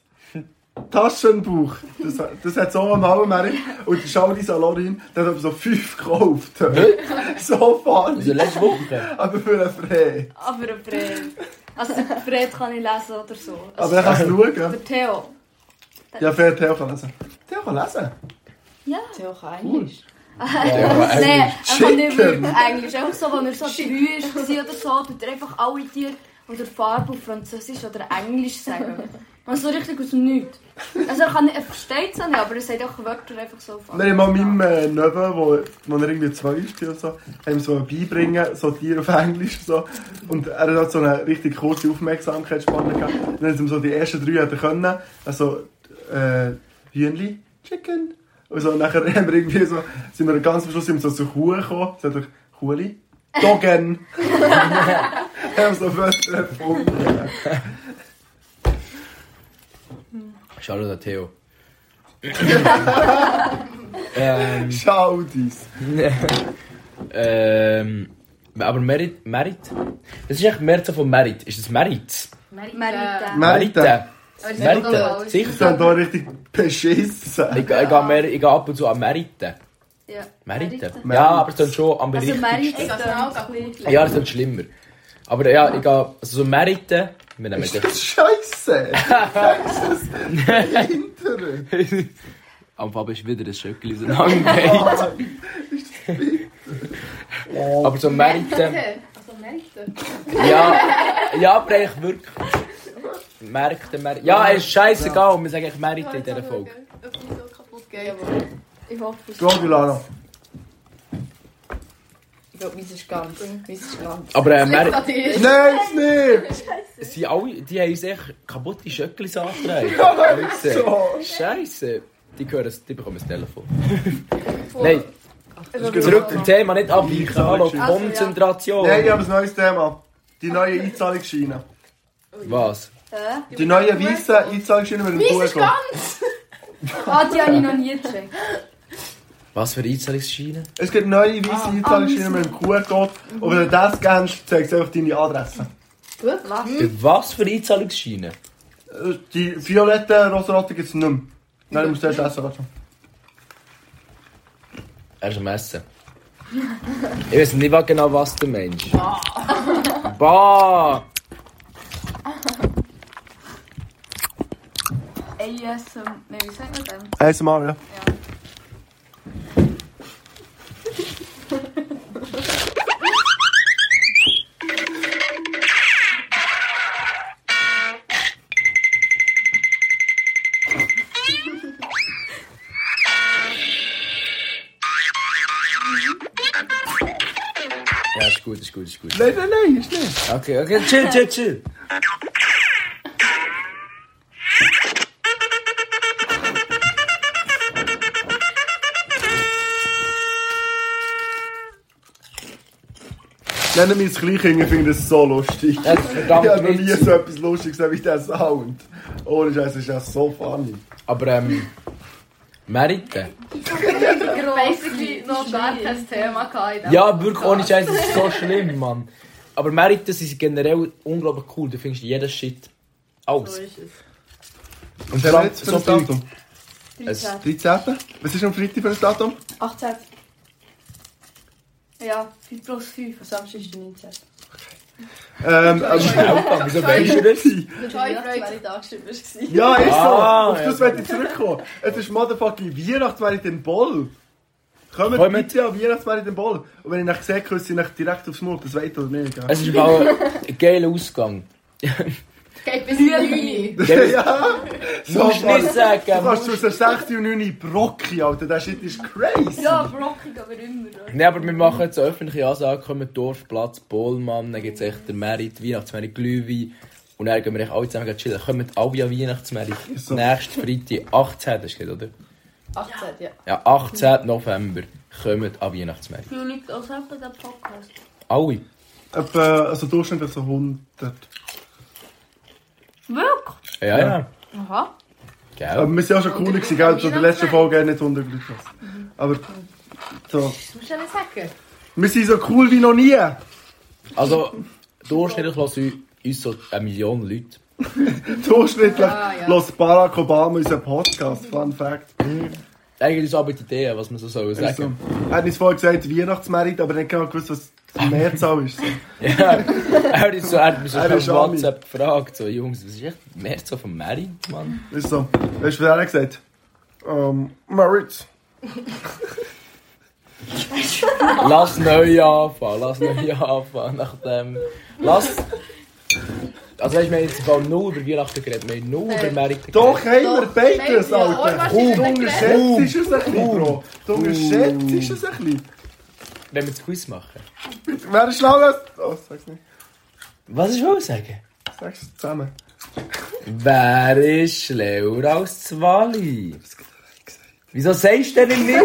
S1: Taschenbuch. Das, das hat so am Hallenmeer. Und die Schau die Salorin, der hat aber so fünf gekauft. so
S2: Also
S1: funny.
S2: letzte Woche.
S1: Aber für einen Frei.
S4: Aber ein Fred. Also den Fred kann ich lesen oder so.
S1: Aber
S4: Also,
S1: er kann es schauen.
S4: aber Theo.
S1: Ja, fair, Theo kann lesen. Theo kann lesen.
S6: Theo kann Englisch.
S2: Ja,
S4: Nein, er kann nicht
S1: Chicken.
S4: wirklich Englisch. Einfach so, als er so drei ist gewesen oder so, tut er einfach alle Tiere oder Farbe auf Französisch oder Englisch sagen. Und so richtig aus dem Nichts. Also er, kann nicht, er versteht es auch nicht, aber er sagt auch Wörter einfach so auf
S1: Nein, mal meinem äh, Neven, wo, wo er irgendwie zwei ist oder so, haben wir so beibringen, so Tiere auf Englisch und so. Und er hat so eine richtig kurze Aufmerksamkeitsspanne gehabt. Dann haben sie ihm so die ersten drei hätte können. Also, äh, Hühnli, Chicken. Und so, und nachher (laughs) haben wir irgendwie so, sind wir ganz am Schluss sind wir so zu Kuh gekommen. Sagt er, Kuhli? Doggen! haben so Wörter erfunden.
S2: Schau dir Theo. ähm,
S1: Schau dies.
S2: ähm, aber Merit, Merit? Das ist echt Merit von Merit. Ist das Merit?
S3: Äh,
S4: Merita.
S1: Meriten.
S2: Meriten,
S1: Das
S2: sicher.
S1: sind hier richtig beschissen.
S2: Ich, ich, gehe mehr, ich gehe ab und zu an Meriten.
S4: Ja.
S2: Meriten?
S4: Meriten.
S2: Ja, aber es ist dann schon am
S4: Also
S2: Bericht.
S4: Merita.
S3: Ich kann auch gut lesen.
S2: Ja, das ist schlimmer. Aber ja, ich gehe also so Meriten. Wir nehmen dich.
S1: Scheiße! Hintere!
S2: Am Fabi ist wieder ein Schöckchen auseinandergegangen. aber so Meriten.
S3: Also Märkte.
S2: Ja, ja, aber eigentlich wirklich. Meriten, Meriten. Ja, es ist scheißegal. Wir sagen eigentlich Meriten in dieser Folge.
S3: Ob ich so kaputt gehe, aber...
S6: Ich hoffe es.
S1: Du, Milano.
S6: Ich glaube, meins ist ganz. Meins ist ganz.
S2: Aber äh,
S3: Liegt
S2: Mer
S3: an dir.
S1: Nein, es nicht!
S2: sie alle, die haben uns echt kaputte Schöckchen angetragen.
S1: So.
S2: Scheiße. Die, gehören, die bekommen ein Telefon.
S3: Voll.
S2: Nein, zurück zum
S1: Nein,
S2: Thema, nicht abweichen. Hallo, Konzentration.
S1: ich habe ein neues Thema. Die neue Einzahlungsscheine.
S2: Was?
S4: Äh?
S1: Die neue weißen Einzahlungsscheine mit dem
S3: Meins ist
S1: Kuchen.
S3: ganz!
S4: Ah, die habe ich noch nie gecheckt.
S2: Was für Einzahlungsschiene?
S1: Es gibt neue weiße Einzahlungsscheine mit dem Kuchen. Und wenn du das kennst, zeigst du einfach deine Adresse.
S2: Was für Einzahlungsschiene?
S1: Äh, Die violette Rosarotte gibt es nicht mehr. Nein, du musst erst essen, warte.
S2: Er ist am Essen. Ich weiß nicht genau, nou was du meinst. Bah!
S4: ASM. Nein, wie sagt man dem?
S1: ASMR, ja.
S2: Ja, ist gut, ist gut, ist gut.
S1: Nein, nein, nein, ist nicht.
S2: Okay, okay, chill, chill, chill.
S1: Nennen wir es Kleinkind, ich finde das so lustig.
S2: Das ist
S1: Ich habe
S2: Äh, verdammt
S1: noch nie
S2: witzig.
S1: so etwas Lustiges gesehen wie der Sound. Ohne Scheiß, das ist ja so funny.
S2: Aber ähm. Meriten?
S3: Basically noch gar kein Thema gehabt in diesem
S2: Ja, wirklich ohne Scheiß, das ist so schlimm, Mann. Aber Meriten sind generell unglaublich cool. Du findest jeden Shit. Alles. Und
S1: Was haben
S2: vor
S1: wir
S2: allem
S1: jetzt für
S2: so
S1: ein
S2: viel.
S1: Datum?
S2: Es,
S1: 13. Was ist am Freitag für ein Datum?
S6: 18.
S4: Ja, 5 plus 5.
S6: Samstag ist der 19.
S1: Ähm, ähm,
S2: Alter, wieso weißt du das?
S3: Joy-Freude.
S6: Tage war.
S1: ja, ist so.
S2: Ah,
S1: Auf das werde ich zurückkommen. Es ist motherfucking Weihnachtsmann in den Ball. Kommt
S2: Kommt.
S1: bitte an Weihnachtsmann in den Ball. Und wenn ich nach sehe, küsse ich nach direkt aufs Maul. Das weht oder nicht. Gell?
S2: Es ist aber ein geiler Ausgang.
S3: geht bis 9.
S1: (laughs) ja,
S2: Du musst nicht
S1: Du
S2: sagen.
S1: kannst
S2: musst-
S1: zwischen 16 und 9 in Brocki, Alter. Der Shit ist crazy.
S4: Ja, brockig, aber immer. oder?
S2: Nein, aber wir machen jetzt eine öffentliche Ansage, kommen Dorfplatz, Bollmann, dann gibt es echt den Merit, Weihnachtsmerit, Glühwein. Und dann gehen wir echt alle zusammen chillen. Kommen alle an Weihnachtsmerit.
S1: So.
S2: Nächsten Freitag, 18. ist es, oder?
S6: 18, ja.
S2: Ja, 18. November kommen an Weihnachtsmerit.
S4: Wie viele Leute aus haben den Podcast?
S2: Alle.
S1: Etwa, also durchschnittlich so 100.
S4: Wirklich?
S2: Ja, ja.
S4: Aha.
S2: Gell?
S1: Aber wir sind auch schon cool gewesen, gell? So, in der letzten
S3: Genau.
S1: Folge haben nicht 100 Leute. gehört. Aber, so.
S3: Das musst du nicht sagen.
S1: Wir sind so cool wie noch nie.
S2: Also, durchschnittlich hören uns so eine Million Leute.
S1: Durchschnittlich
S3: Ah, ja.
S1: los Barack Obama unseren Podcast. Fun Fact.
S2: Eigentlich ist aber die Idee, was man so soll sagen
S1: Also, er hat uns vorher gesagt, Weihnachtsmerit, aber nicht genau gewusst, was die Mehrzahl ist. So.
S2: Ja, er hat uns so, er hat mich so
S1: Er ist
S2: auf
S1: Ami.
S2: WhatsApp gefragt, so, Jungs, was ist echt mehr so von Merit, Mann?
S1: Ist so. Weißt du, was er gesagt hat? Ähm, Merit.
S2: Lass neu anfangen, lass neu anfangen, nach dem... Lass... Also weisst du, wir haben jetzt gar null über Weihnachten geredet, wir haben null über Merit geredet.
S1: Doch, haben wir beides,
S3: Ja,
S1: Alter.
S3: oh,
S1: Du unterschätzt es ein bisschen, Bro. Du unterschätzt es ein bisschen.
S2: Wenn wir das Quiz machen.
S1: Wer ist schlau? Oh, sag's nicht.
S2: Was ich wohl sagen?
S1: Sag's zusammen.
S2: Wer ist schlauer als Zwali? Wieso sagst du denn nicht?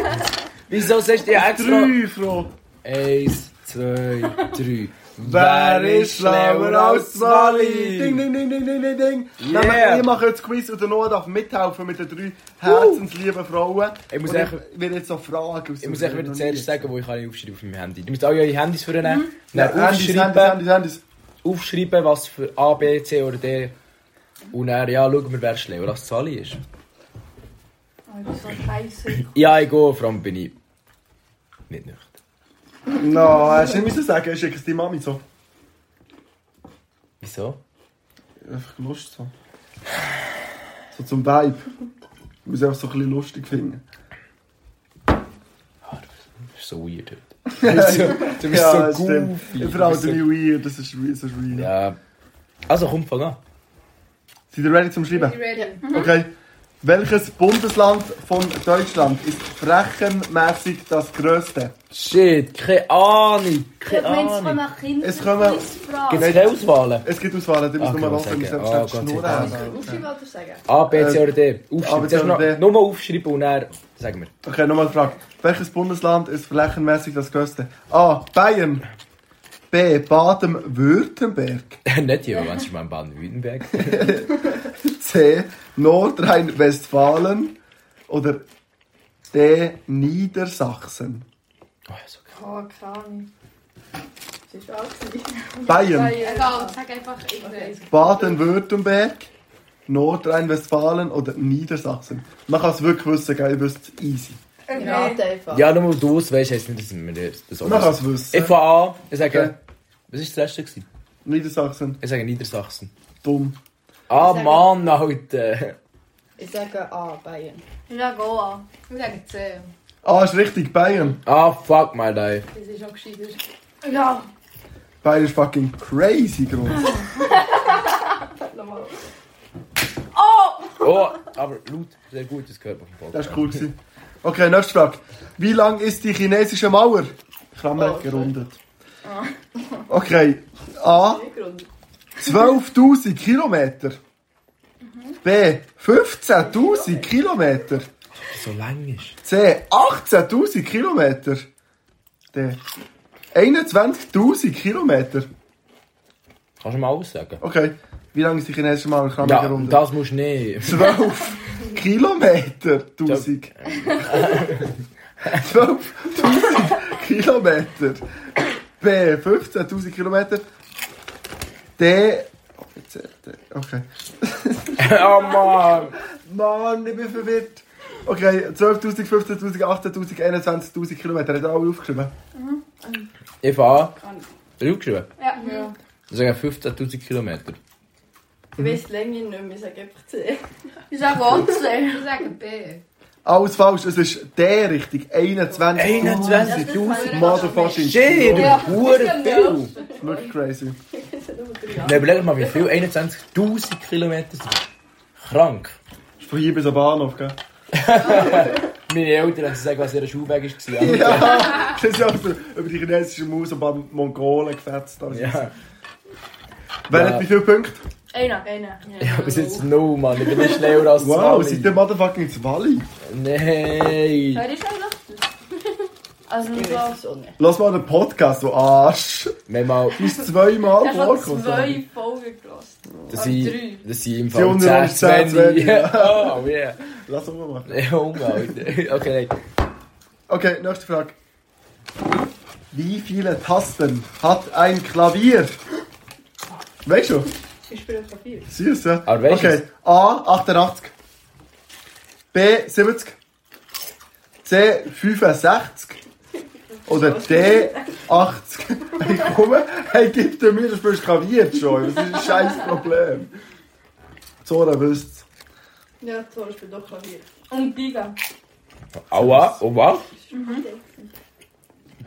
S2: Wieso sagst du ja extra...
S1: Drei, Frau.
S2: Eins, zwei, drei.
S1: Wer ist schlauer als Sally? Ding, ding,
S2: Zwali?
S1: ding, ding, ding, ding, ding. Nou,
S2: Yeah.
S1: Nein, wir machen jetzt Quiz und der Noah darf mithelfen mit den drei herzenslieben Frauen.
S2: Ich muss
S1: Und
S2: echt-
S1: ich werde jetzt noch fragen.
S2: Ich muss euch wieder zuerst sagen, wo ich alle aufschreiben auf meinem Handy. Ihr müsst alle eure Handys vornehmen,
S1: Mhm. Ja,
S2: dann
S1: Handys, Handys,
S2: aufschreiben,
S1: Handys, Handys.
S2: aufschreiben, was für A, B, C oder D. Und dann, ja, schauen wir, wer schlauer als Zwali ist.
S5: Ich bin so scheiße.
S2: Ja, ich gehe, vor allem bin ich nicht nüchtern.
S1: Nein,
S2: Nou,
S1: (laughs) hast du nicht müssen sagen, schick es deine Mami so.
S2: Wieso?
S1: Einfach Lust so. So zum Vibe. Ich muss einfach so ein bisschen lustig finden.
S2: Ah, Das ist so weird (laughs) heute. Du bist so, du bist so
S1: das stimmt.
S2: goofy.
S1: Ich verhalte
S2: Du bist
S1: mich weird, das ist, das ist
S2: so-
S1: weird.
S2: Ja. Also, komm, fang an.
S1: Seid ihr ready zum Schreiben?
S3: ready.
S1: Okay. Welches Bundesland von Deutschland ist flächenmässig das grösste?
S2: Shit, keine Ahnung.
S4: Ich
S2: Keine
S4: meine, es
S2: Ahnung.
S4: kommen Kinder.
S1: Es kommen-
S2: Gibt es keine Auswahlen?
S1: Es gibt Auswahlen, die müssen
S2: Okay,
S1: wir
S2: was
S1: offen, wir
S2: sagen?
S1: müssen
S2: Ah,
S1: schnell
S2: Gott sei
S1: schnurren.
S2: Dank.
S1: haben.
S6: Aufschreiben oder sagen?
S2: A, B, C
S1: Äh,
S2: oder D.
S1: A, B, C
S2: Aufschreiben. Zuerst
S1: oder D.
S2: noch- Nur mal aufschreiben und dann sagen wir.
S1: Okay, nochmal die Frage. Welches Bundesland ist flächenmässig das grösste? A. Bayern. B. Baden-Württemberg.
S2: (laughs) Nicht jemand, wenn es mal in (laughs) Baden-Württemberg
S1: C. Nordrhein-Westfalen. Oder D. Niedersachsen.
S2: Oh, so krass.
S5: Oh, keine Ahnung.
S6: Das war alles.
S1: Bayern.
S3: Egal, sag einfach irgendeine.
S1: Baden-Württemberg. Nordrhein-Westfalen oder Niedersachsen. Man kann es wirklich wissen, gell? Ihr wisst easy.
S6: Ich rate einfach.
S2: Ja, nur weil du es weißt, heisst nicht, dass wir das- das
S1: Man kann
S2: alles.
S1: es wissen.
S2: Ich fange an, ich sage.
S1: Okay.
S2: Was war das letzte? Gewesen?
S1: Niedersachsen.
S2: Ich sage Niedersachsen.
S1: Dumm.
S2: Ah,
S6: sage-
S2: Mann, Alter.
S6: Ich sage A, Bayern.
S4: Ja, go an.
S3: Wir sagen 10.
S1: Ah, ist richtig, Bayern.
S2: Ah, fuck my life.
S3: Das ist auch gescheiter.
S4: Ja.
S1: Bayern ist fucking crazy groß.
S2: Oh, aber laut, sehr gut, das gehört man vom
S1: Das
S2: Podcast.
S1: war cool. Gewesen. Okay, nächste Frage. Wie lang ist die chinesische Mauer? Klammer gerundet. Okay. A. 12.000 Kilometer. B. 15.000 Kilometer.
S2: So lang ist.
S1: C. 18.000 Kilometer. D. 21.000 Kilometer.
S2: Kannst du mal alles sagen?
S1: Okay. Wie lang ist die chinesische Mauer? Klammer
S2: Ja,
S1: gerundet.
S2: das musst du nicht.
S1: 12 Kilometer, 1000. 12.000 Kilometer. B, 15.000 Kilometer. D. Oh, jetzt, äh, D. Okay.
S2: (laughs) oh, Mann.
S1: Mann, ich bin verwirrt. Okay, 12.000, 15.000, 18.000, 21.000 Kilometer. Hat er alle aufgeschrieben?
S2: Ich fange an. Hast du geschrieben?
S4: Ja.
S2: Ich sage 15.000 Kilometer.
S6: Ich weiß die Länge nicht mehr, ich sage einfach C.
S4: Ich sage auch 10.
S3: Wir sagen B.
S1: Alles falsch, es ist D richtig. 21.000.
S2: 21.000?
S1: Motherfucking
S2: Shit,
S1: Kilometer.
S2: hure viel.
S1: Wirklich crazy.
S2: Dann überleg mal, wie viel? 21.000 Kilometer sind. Krank.
S1: Ist Von hier bis am Bahnhof, gell?
S2: Meine Eltern haben gesagt, was ihr Schulweg war. aber-
S1: Ja, (laughs) das ist auch so über die chinesische Maus und ein paar Mongolen gefetzt. Also.
S2: Ja.
S1: Wer
S2: Ja.
S1: hat wie viele Punkte?
S4: Einer.
S2: Ja, bis jetzt no, Mann. Ich bin nicht schneller als
S1: Wow,
S2: zwei.
S1: seid ihr motherfucking ins Walli?
S2: Nein.
S4: Wer ist eigentlich?
S5: Also,
S6: Ich
S5: so.
S6: weiß es auch nicht.
S1: Lass mal den Podcast, du Arsch!
S2: Wir haben mal,
S1: Uns zweimal
S5: Er hat
S1: vorkommen.
S5: zwei Folgen gelassen.
S2: das
S5: Ah, drei.
S2: sind, das sind im
S1: Sie
S2: Fall
S1: unter
S2: 10,
S1: uns 10,
S2: 20.
S1: 20,
S2: Ja, (laughs) Oh, yeah.
S1: Lass uns mal machen.
S2: (laughs) Ja, umgehalten. (laughs) Okay, nein.
S1: Okay, nächste Frage. Wie viele Tasten hat ein Klavier? Weißt du?
S6: Ich spiele auf Papier.
S1: Süß, ja?
S2: Aber welches?
S1: Okay, A 88, B 70, C 65 oder D 80. (laughs) Hey, komm, hey, gib dir mir, das bist graviert schon. Das ist ein scheiß Problem. Zora wüsst's.
S6: Ja, so, ich spiele doch Klavier.
S4: Und Giga.
S2: Aua, oh wow.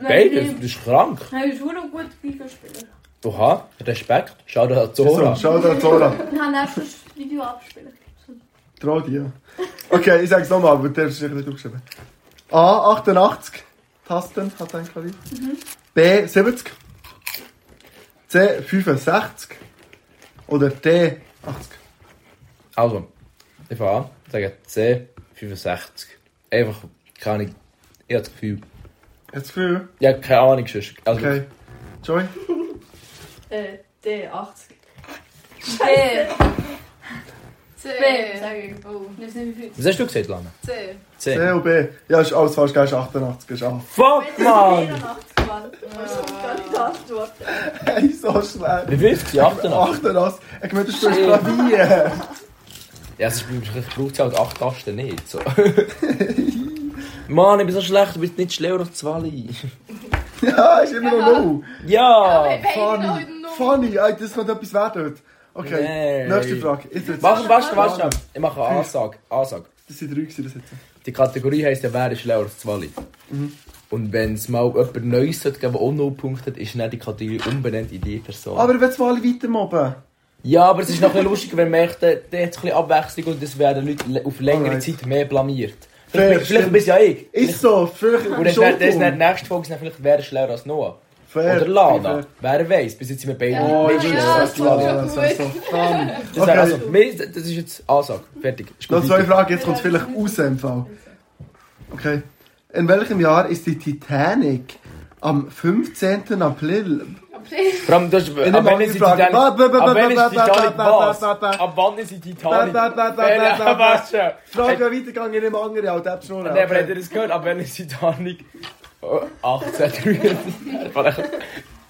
S2: Beides,
S4: Nein,
S2: das ist krank.
S4: ich- Nein, ich bin verdammt gut Giga-Spieler.
S2: Oha, Respekt. Schau dir das so
S1: So,
S2: an.
S1: schau da, Zora.
S4: Ich habe erstes Video abgespielt.
S1: Trau dir. Okay, ich sag's nochmal, aber der ist sicher nicht aufgeschrieben. A 88 Tasten hat ein Klavier. B 70. C 65. Oder D 80.
S2: Also, ich fange an. Ich sage C65. Einfach, keine Ahnung. Ich habe das Gefühl.
S1: Jetzt für.
S2: Ja, keine Ahnung, sonst. Also,
S1: Okay. Joy?
S6: Äh, D, 80.
S4: B.
S3: C.
S5: Oh.
S4: Ich weiß nicht, wie viel.
S2: Was hast du gesagt, Lana?
S3: C.
S2: C.
S1: C und B. Ja, ist alles falsch, gell? Ist 88, ist A.
S2: Fuck, Mann!
S1: (laughs)
S6: Ah.
S1: Hey, so schwer.
S2: Wie viel ist die 88?
S1: 88. Ich meine, du spielst Klavier. (laughs)
S2: Ja, es braucht es halt 8 Tasten nicht. So. (laughs) Mann, ich bin so schlecht, du bist nicht schneller als Zwali.
S1: Ja, ist immer noch null.
S2: Ja!
S1: Funny. Funny. Ey, Das könnte etwas werden heute. Okay.
S2: Nee.
S1: Nächste Frage. Jetzt wird's.
S2: Warte, warte, warte. warte. Ich mache eine Ansage. Ansage.
S1: Das sind drei gewesen, das jetzt.
S2: Die Kategorie heisst ja, wer ist schneller als Zwali?
S1: Mhm.
S2: Und wenn es mal jemand Neues hat, der auch null Punkte hat, ist dann die Kategorie umbenannt in die Person.
S1: Aber ich will mal weitermobben.
S2: ja, aber es ist noch ein bisschen lustig, wenn man merkt, der hat ein bisschen Abwechslung und es werden Leute le- auf längere
S1: Alright.
S2: Zeit mehr blamiert.
S1: Fair,
S2: Vielleicht, vielleicht
S1: stimmt.
S2: bist ja ich.
S1: Ist so, vielleicht
S2: Und dann
S1: schon
S2: wird- dann ist dann
S1: dumm.
S2: die nächste Folge dann vielleicht, wer ist schneller als Noah?
S1: Fair.
S2: Oder Lana. Wer weiß, bis jetzt sind wir beide
S1: Oh, ich bin
S2: nicht schneller
S1: ja,
S2: als
S1: so
S2: Lana.
S1: klar, das ist so fun.
S2: Das,
S1: Okay,
S2: okay. also,
S1: also,
S2: mir- das ist jetzt Ansage. Fertig. Ist gut
S1: noch zwei
S2: weiter.
S1: Fragen, jetzt kommt es vielleicht aus dem Fall. Okay. In welchem Jahr ist die Titanic am 15. April?
S2: Vor allem, du hast,
S1: Ich
S2: ab
S1: nehme
S2: wann
S1: alle
S2: ist die
S1: Fragen.
S2: Titanic
S1: Ba, ba, ba,
S2: ab wann
S1: ba,
S2: ist die
S1: ba,
S2: Titanic
S1: ba, ba,
S2: was?
S1: ba, ba,
S2: Ab wann ist die Titanic?
S1: Ba, ba, ba, ba, ba, ba, ba.
S2: Was schon?
S1: Frage ja weitergegangen in einem anderen Jahr, das ist nur
S2: Nein, aber habt ihr
S1: okay.
S2: das gehört? Ab wann ist die Titanic? Oh, 1893.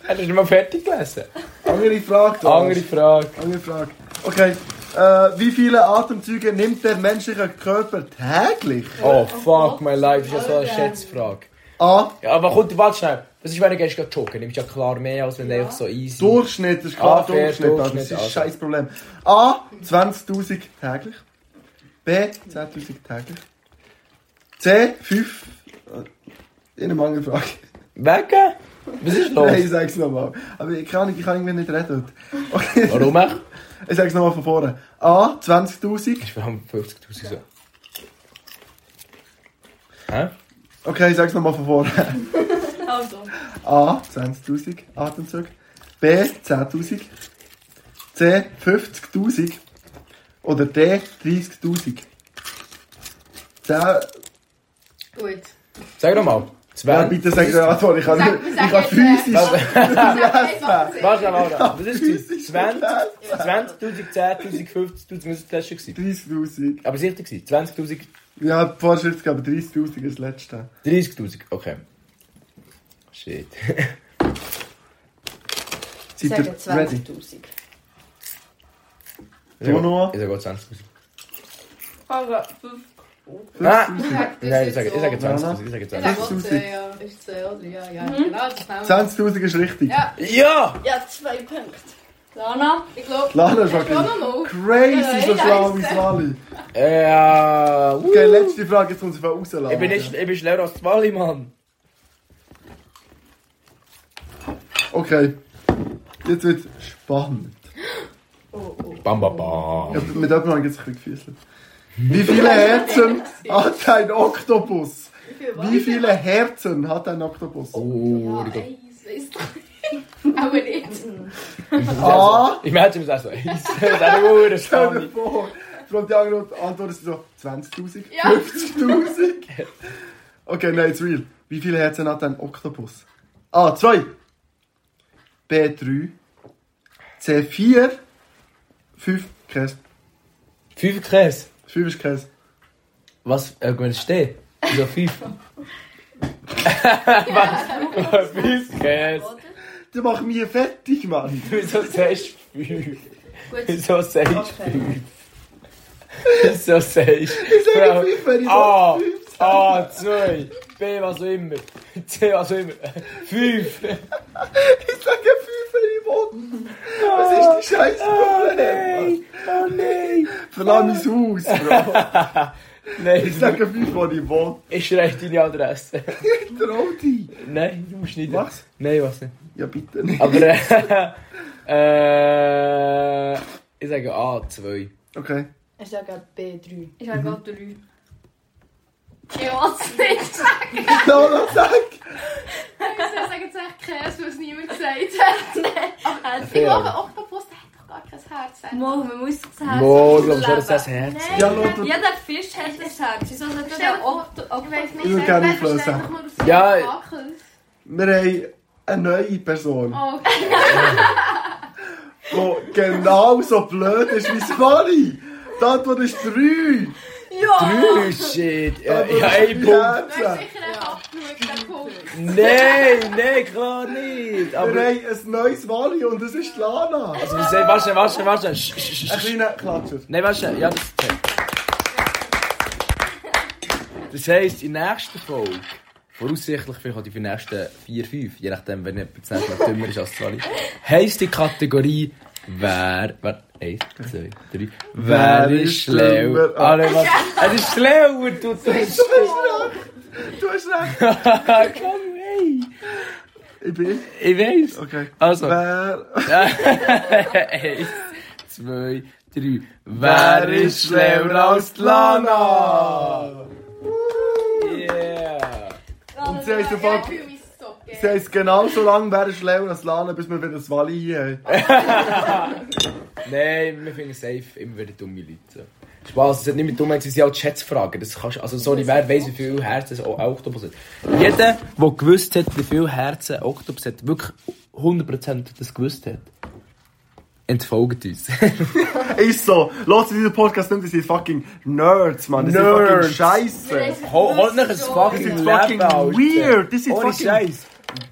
S2: Hast du nicht mal fertig gelesen?
S1: Andere Frage. du
S2: Andere
S1: Arsch.
S2: Frage.
S1: Andere Frage. Okay. Äh, wie viele Atemzüge nimmt der menschliche Körper täglich?
S2: Oh, fuck, my life. Das ist ja so eine Schätzfrage.
S1: A.
S2: Ja, aber kommt, warte schnell. Was ist, wenn du gehst joggen? Nimmst du ja klar mehr, als wenn du einfach so easy...
S1: Durchschnitt ist klar,
S2: Ah, fair,
S1: Durchschnitt, aber
S2: Durchschnitt,
S1: das ist ein
S2: also.
S1: scheiß Problem. A. 20.000 täglich. B. 10.000 täglich. C. 5. äh, In einem anderen Frage.
S2: Wegen? Was ist los?
S1: Nein, ich sag's nochmal. Aber ich kann, ich kann irgendwie nicht reden. heute. Okay,
S2: Warum? echt?
S1: ich sag's nochmal von vorne. A. 20.000.
S2: Ich bin am 50.000 so. Hä?
S1: Okay, ich sag's nochmal von vorne.
S3: (laughs)
S4: Also.
S1: A. 20.000 Atemzug. B. 10.000. C. 50.000. Oder D. 30.000. 10.
S6: Gut.
S2: Sag doch mal. Zwei.
S1: Ja, bitte sag die Antwort, ich kann,
S3: Sag-
S1: ich
S3: sag
S1: kann
S3: jetzt, äh,
S1: physisch.
S2: Warte, warte, warte. Was ist es? 20, 20.000, 10.000, 50.000, was ist das schon gewesen?
S1: 30.000.
S2: Aber sicher gewesen. 20.000,
S1: Ja, die Vorschrift gab 30.000 als letzte.
S2: 30.000. Okay. (laughs) Shit.
S6: Ich
S1: Seid
S6: sage
S1: ihr ready?
S6: 20.000.
S2: Ich sag-
S1: Noah?
S2: Ich sage auch 20.000.
S4: Frage 5.
S2: Nein, nein, ich
S3: ist
S2: sage ich sage
S3: so.
S2: 20.000. Ich sage 20.000.
S3: Ja,
S1: Sechs
S3: C,
S1: Tausend.
S3: ja. Ist C, oder? Ja, ja, genau. das nehmen wir.
S1: 20.000 ist richtig.
S3: Ja.
S2: Ja!
S6: Ja, zwei Punkte.
S4: Lana.
S3: Ich glaube,
S1: Lana ist
S3: schon
S1: wirklich
S3: noch
S1: crazy, so
S3: Ja,
S1: schlau wie Sally.
S2: Äh, uh,
S1: Okay, letzte Frage, jetzt kommt sie von rausladen.
S2: ich bin nicht, ich bin schneller als Zwali, Mann.
S1: Okay, jetzt wird spannend.
S6: Oh,
S2: Bam, bam, bam.
S1: Ja, mit dem habe ich jetzt ein bisschen gefüßelt. Wie viele (laughs) Herzen hat ein Oktopus? Wie viele Herzen hat ein Oktopus?
S2: Oh, die geht.
S3: Eins, weiss doch. Aber nicht.
S1: A.
S2: Ich meine, es auch so eins. (laughs) Das ist auch eine Uhr,
S1: Stell dir
S2: Spannung.
S1: vor, fragt die andere Antwort ist so 20.000,
S3: Ja.
S1: 50.000. Okay, nein, it's real. Wie viele Herzen hat ein Oktopus? A. 2. B. 3. C. 4. 5. Käse.
S2: Fünf Käse.
S1: 5 ist Käse.
S2: Was? Äh, wenn es steht? Wieso (laughs) fünf? Was? Fünf Käse.
S1: Die machen mich fertig, Mann.
S2: Wieso sagst du fünf?
S6: Gut,
S2: Wieso sagst du fünf? Wieso sagst
S1: Ich sage
S2: Frau.
S1: 5, wenn ich
S2: A,
S1: so
S2: A, 2, B, was auch immer, C, was auch immer, 5.
S1: Ich sage 5, wenn ich will. Was ist die scheiß
S2: Ah,
S1: Problem?
S2: oh nein.
S1: Verlass mein Haus,
S2: (laughs)
S1: Bro.
S2: Nein,
S1: Ich sage 5, wenn ich will.
S2: ich schreibe deine Adresse.
S1: Trau dich.
S2: Nein, du musst nicht.
S1: Was?
S2: Nein, was nicht.
S1: Ja, bitte nicht.
S2: Aber äh, äh, ich sage A, 2.
S1: Okay.
S6: ich sage B3.
S4: Ich habe gerade drei.
S3: Ich weiß nicht.
S1: No, no, sag!
S3: Ich sage jetzt echt Käse, weil es niemand gesagt hat. Ich glaube, Oktopus der hat doch gar kein Herz.
S4: Mal, man muss sich das Herz
S2: Mo, ich glaube schon, dass
S4: aufleben.
S2: das Herz
S3: Nein,
S1: Ja, Lothar.
S4: Jeder Fisch hat ein Herz. Wieso sollte
S3: Stell
S4: der
S3: dir vor,
S4: Okt-
S3: ich
S4: Oktopus...
S3: weiß nicht.
S1: Ich würde gerne auflösen.
S2: Ja.
S3: Ja.
S1: Wir haben eine neue Person,
S3: Oh,
S1: die genauso blöd ist wie Svali. Die Antwort ist 3.
S2: Drei, shit. Ja,
S1: Die
S2: ich habe
S1: Antwort ist
S2: einen Punkt.
S3: du hast
S1: Herzen.
S3: sicher einen abgeschaut, den Punkt.
S2: Nein, nein, klar nicht.
S1: Wir
S2: Aber,
S1: haben ein neues Svali und es ist Lana. Ein
S2: also, wir sagen, warte, warte, warte. Sch, sch, sch, sch.
S1: kleiner Klatscher.
S2: Nein, weißt du, ja, das Das heisst, in der nächsten Folge, voraussichtlich vielleicht auch die für die nächsten 4, 5, je nachdem, wenn jemand das nächste Mal dümmer ist als Zwali, heisst die Kategorie Wer. Wer. 1, 2, 3. Wer
S1: Wer ist
S2: ist schlau?
S1: schlimmer?
S2: Alle was. Er ist schlauer, du Dummst.
S1: Du hast recht. Du hast recht.
S2: Komm, hey.
S1: Ich bin.
S2: Ich weiß.
S1: Okay.
S2: Also, (laughs)
S1: Wer.
S2: 1, 2, 3. Wer ist schlauer als die Lana? Yeah.
S1: Und sie heisst
S3: Ja, ich
S1: einfach.
S3: fühle mich so geil.
S1: Sie heisst genauso lange, wer ist schlauer als Lana, bis wir wieder Svali hier haben.
S2: Nein, wir finden safe immer wieder dumme Leute. Spaß, es hat nicht mit dumm, sie sind halt Schätzfragen. Das kannst, also sorry, wer weiß, wie viele Herzen ein Oktopus hat. Jeder, der gewusst hat, wie viele Herzen ein Oktopus hat, wirklich 100% das gewusst hat, entfolgt uns. (laughs)
S1: Ist so. Los in diesem Podcast nicht, ihr seid fucking Nerds, Mann. Das ist fucking
S2: Nerds.
S1: Scheiße.
S2: Hol holt nicht ein fucking
S1: Das ist
S2: Leben,
S1: fucking
S2: Alter.
S1: weird. Das ist
S2: Ohne
S1: fucking-
S2: Scheiß.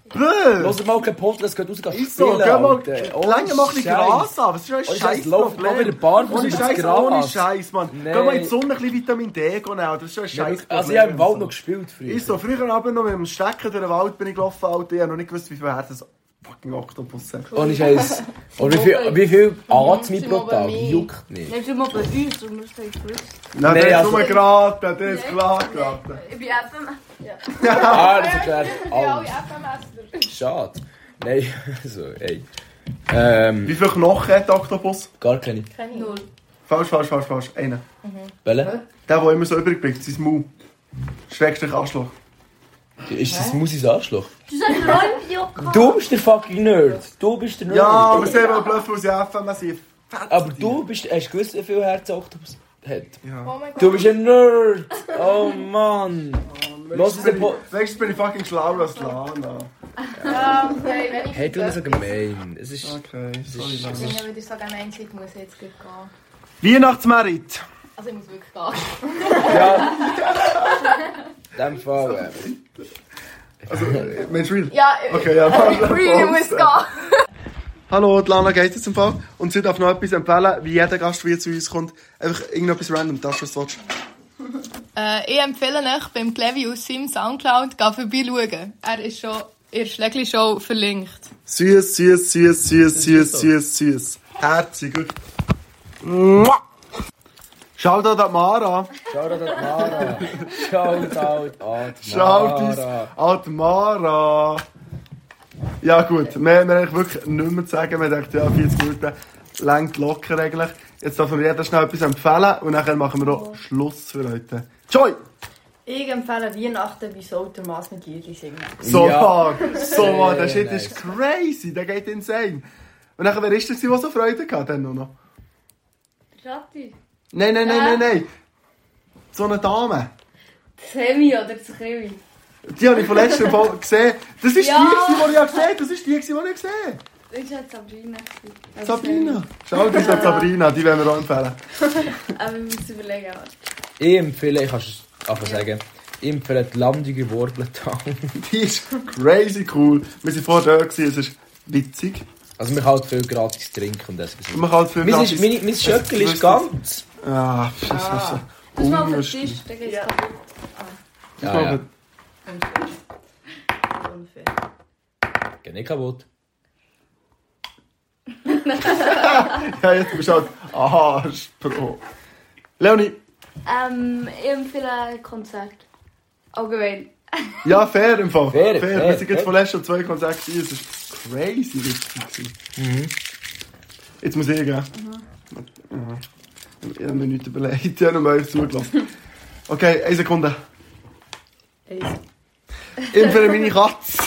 S1: Böh.
S2: Hört mal keinen Podcast, geht raus, geht spielen,
S1: Ist so. Geh mal.
S2: Alter. Ohne
S1: Lange mach nicht
S2: Scheiß.
S1: Gras an. Was ist ein
S2: Ohne
S1: scheiß
S2: Scheiß, lauft mal wieder barfuß
S1: Ohne
S2: übers
S1: Scheiß,
S2: Gras.
S1: ohne Scheiß, Mann.
S2: Nee.
S1: Geh mal in die Sonne ein bisschen Vitamin D nehmen, das ist schon ein
S2: Ja,
S1: scheiß
S2: Also ich
S1: Problem.
S2: habe im Wald noch gespielt früher.
S1: Ich so, früher Abend noch mit dem Stecken durch den Wald bin ich gelaufen, Alter. Ich habe noch nicht gewusst, wie viel Herz das fucking Oktopus hat.
S2: Und ich weiss, und wie viel, wie viel atme ich pro
S3: Simon,
S2: Tag?
S3: bei mir.
S2: Juckt nicht.
S4: Nimmst du mal bei uns, du musst es gewusst.
S1: Nein, der ist
S2: also-
S1: nur geraten, der ist klar geraten.
S4: Ich bin eben...
S2: Ah, das erklärt
S3: Ja,
S2: alles.
S3: ich FMS.
S2: Schade. Nein, (laughs) also, ey. Ähm,
S1: Wie viel Knochen hat der Oktopus?
S2: gar keine.
S4: Null.
S1: Falsch, falsch, falsch, falsch. Einer.
S2: Welle?
S1: Der, der immer so übrig bleibt, sein Mau. Schrägstrich Arschloch.
S2: Ist das Musis Arschloch?
S4: Du sagst mir auch
S2: Du bist der fucking Nerd. Du bist der Nerd.
S1: Ja, aber sehr wohl Bluff, weil sie FMS sind.
S2: Aber du bist, hast du gewusst, wie viel Herz ein Oktopus hat?
S3: Oh mein Gott.
S2: Du bist ein Nerd. Oh Mann. Los, ist der Po-
S1: Nächstes bin ich fucking schlauer als Lana.
S3: Ja, okay, Ähm, wenn ich
S2: Hey, du bist so
S3: das
S2: gemein. Es ist...
S1: Okay, sorry,
S2: ist-
S1: Lana.
S3: Deswegen würde ich sagen, nein, ich muss jetzt gleich gehen.
S1: Weihnachtsmerit.
S3: Also ich muss wirklich gehen.
S2: Ja. In dem Fall, äh,
S1: Also, äh, Mensch, real.
S3: Ja,
S1: Okay, ja, Lana,
S3: ich
S1: voll.
S3: muss gehen.
S1: Hallo, die Lana geht jetzt im Fall. Und sie darf noch etwas empfehlen, wie jeder Gast, der hier zu uns kommt. Einfach irgendetwas random, das ist was du willst.
S3: Äh, ich empfehle euch, beim Clevi aus seinem Soundcloud gehen vorbeischauen. Er ist schon in der Schlägli-Show verlinkt.
S1: Süß, süß, süß, süß, süß, süß, süß. Herzig, gut. Mua. Schau da die Mara.
S2: Schau da die Mara. Shout out an die
S1: Schau dies
S2: Mara.
S1: an die Mara. Ja, gut. Mehr haben wir eigentlich wirklich nicht mehr zu sagen. Wir dachten, ja, 40 Minuten. längt locker eigentlich. Jetzt darf mir jeder schnell etwas empfehlen und nachher machen wir auch Schluss für heute. Joy!
S7: Ich empfehle Weihnachten bei Soltermaß mit Jürgen singen.
S1: So
S2: Ja.
S1: hart! So
S2: Sehr
S1: hart! Der Shit
S2: nice.
S1: ist crazy! Der geht insane! Und nachher, wer ist das, der so Freude hatte? Dann noch?
S5: Schatti.
S1: Nein, nein, nein,
S5: Ja.
S1: nein, nein! So eine Dame!
S5: Semi oder zu Kiwi.
S1: Die habe ich von letzter
S5: (laughs)
S1: Mal gesehen. Das ist
S5: Ja.
S1: die, die ich gesehen habe. Das ist die, die ich gesehen habe.
S5: Das ist halt Sabrina. gewesen. Also
S1: Sabrina. Schau, das ist an Sabrina, die werden wir auch empfehlen.
S5: Semi. Aber wir müssen überlegen. warte.
S2: Ich empfehle, ich kann es einfach sagen, ich empfehle die Landige Wurbletown.
S1: Die ist crazy cool. Wir waren vorher da, gewesen, es ist witzig.
S2: Also man kann halt viel gratis trinken und essen.
S1: Und man kann halt viel
S2: Mein,
S1: gratis-
S2: ist, meine, mein Schöckel ist ganz.
S1: Ah, das ist so.
S5: Das mal auf den
S1: unlustig.
S5: Tisch, dann geht's
S7: Ja.
S5: kaputt.
S1: Das
S2: Ja,
S1: war
S2: ja.
S1: aber-
S7: Unfair.
S2: Geht nicht kaputt.
S1: Ja, jetzt bist du halt Arsch, Bro. Leonie,
S5: Ähm, ich empfehle ein Konzert. Allgemein.
S1: ja, fair im Fall.
S2: Fair, fair,
S1: Wir sind jetzt
S2: fair.
S1: von letztem zwei Konzerte gewesen. Es ist crazy witzig. gewesen. Jetzt muss ich gehen.
S2: Mhm.
S1: Ja. Ich habe mir nichts überlegt. Ich habe nur euch zugelassen. Okay, eine Sekunde. Ich empfehle meine Katze.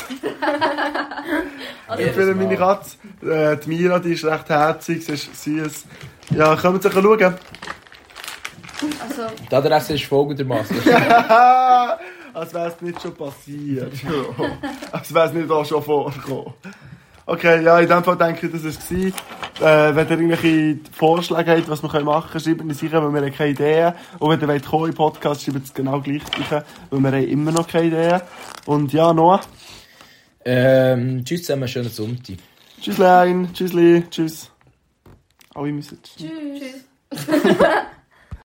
S1: ich empfehle meine Katze. Äh, die Mira, die ist recht herzig, sie ist süß. Ja, kommen Sie schauen.
S5: Also,
S2: Die Adresse ist folgendermaßen.
S1: (laughs) Haha, Als wäre es nicht schon passiert. (laughs) Ja. Als wäre es nicht auch schon vorgekommen. Okay, ja, in dem Fall denke ich, das war's. Äh, wenn ihr irgendwelche Vorschläge habt, was wir können machen können, schreibt uns sicher, weil wir haben keine Ideen Und wenn ihr wollt, kommen in den Podcast, schreibt es genau gleich, rein, weil wir haben immer noch keine Ideen Und ja, Noah,
S2: ähm, tschüss zusammen, schönen Sonntag.
S1: tschüss Lein, tschüss Lee, tschüss. Alle müssen tschüss.
S5: tschüss.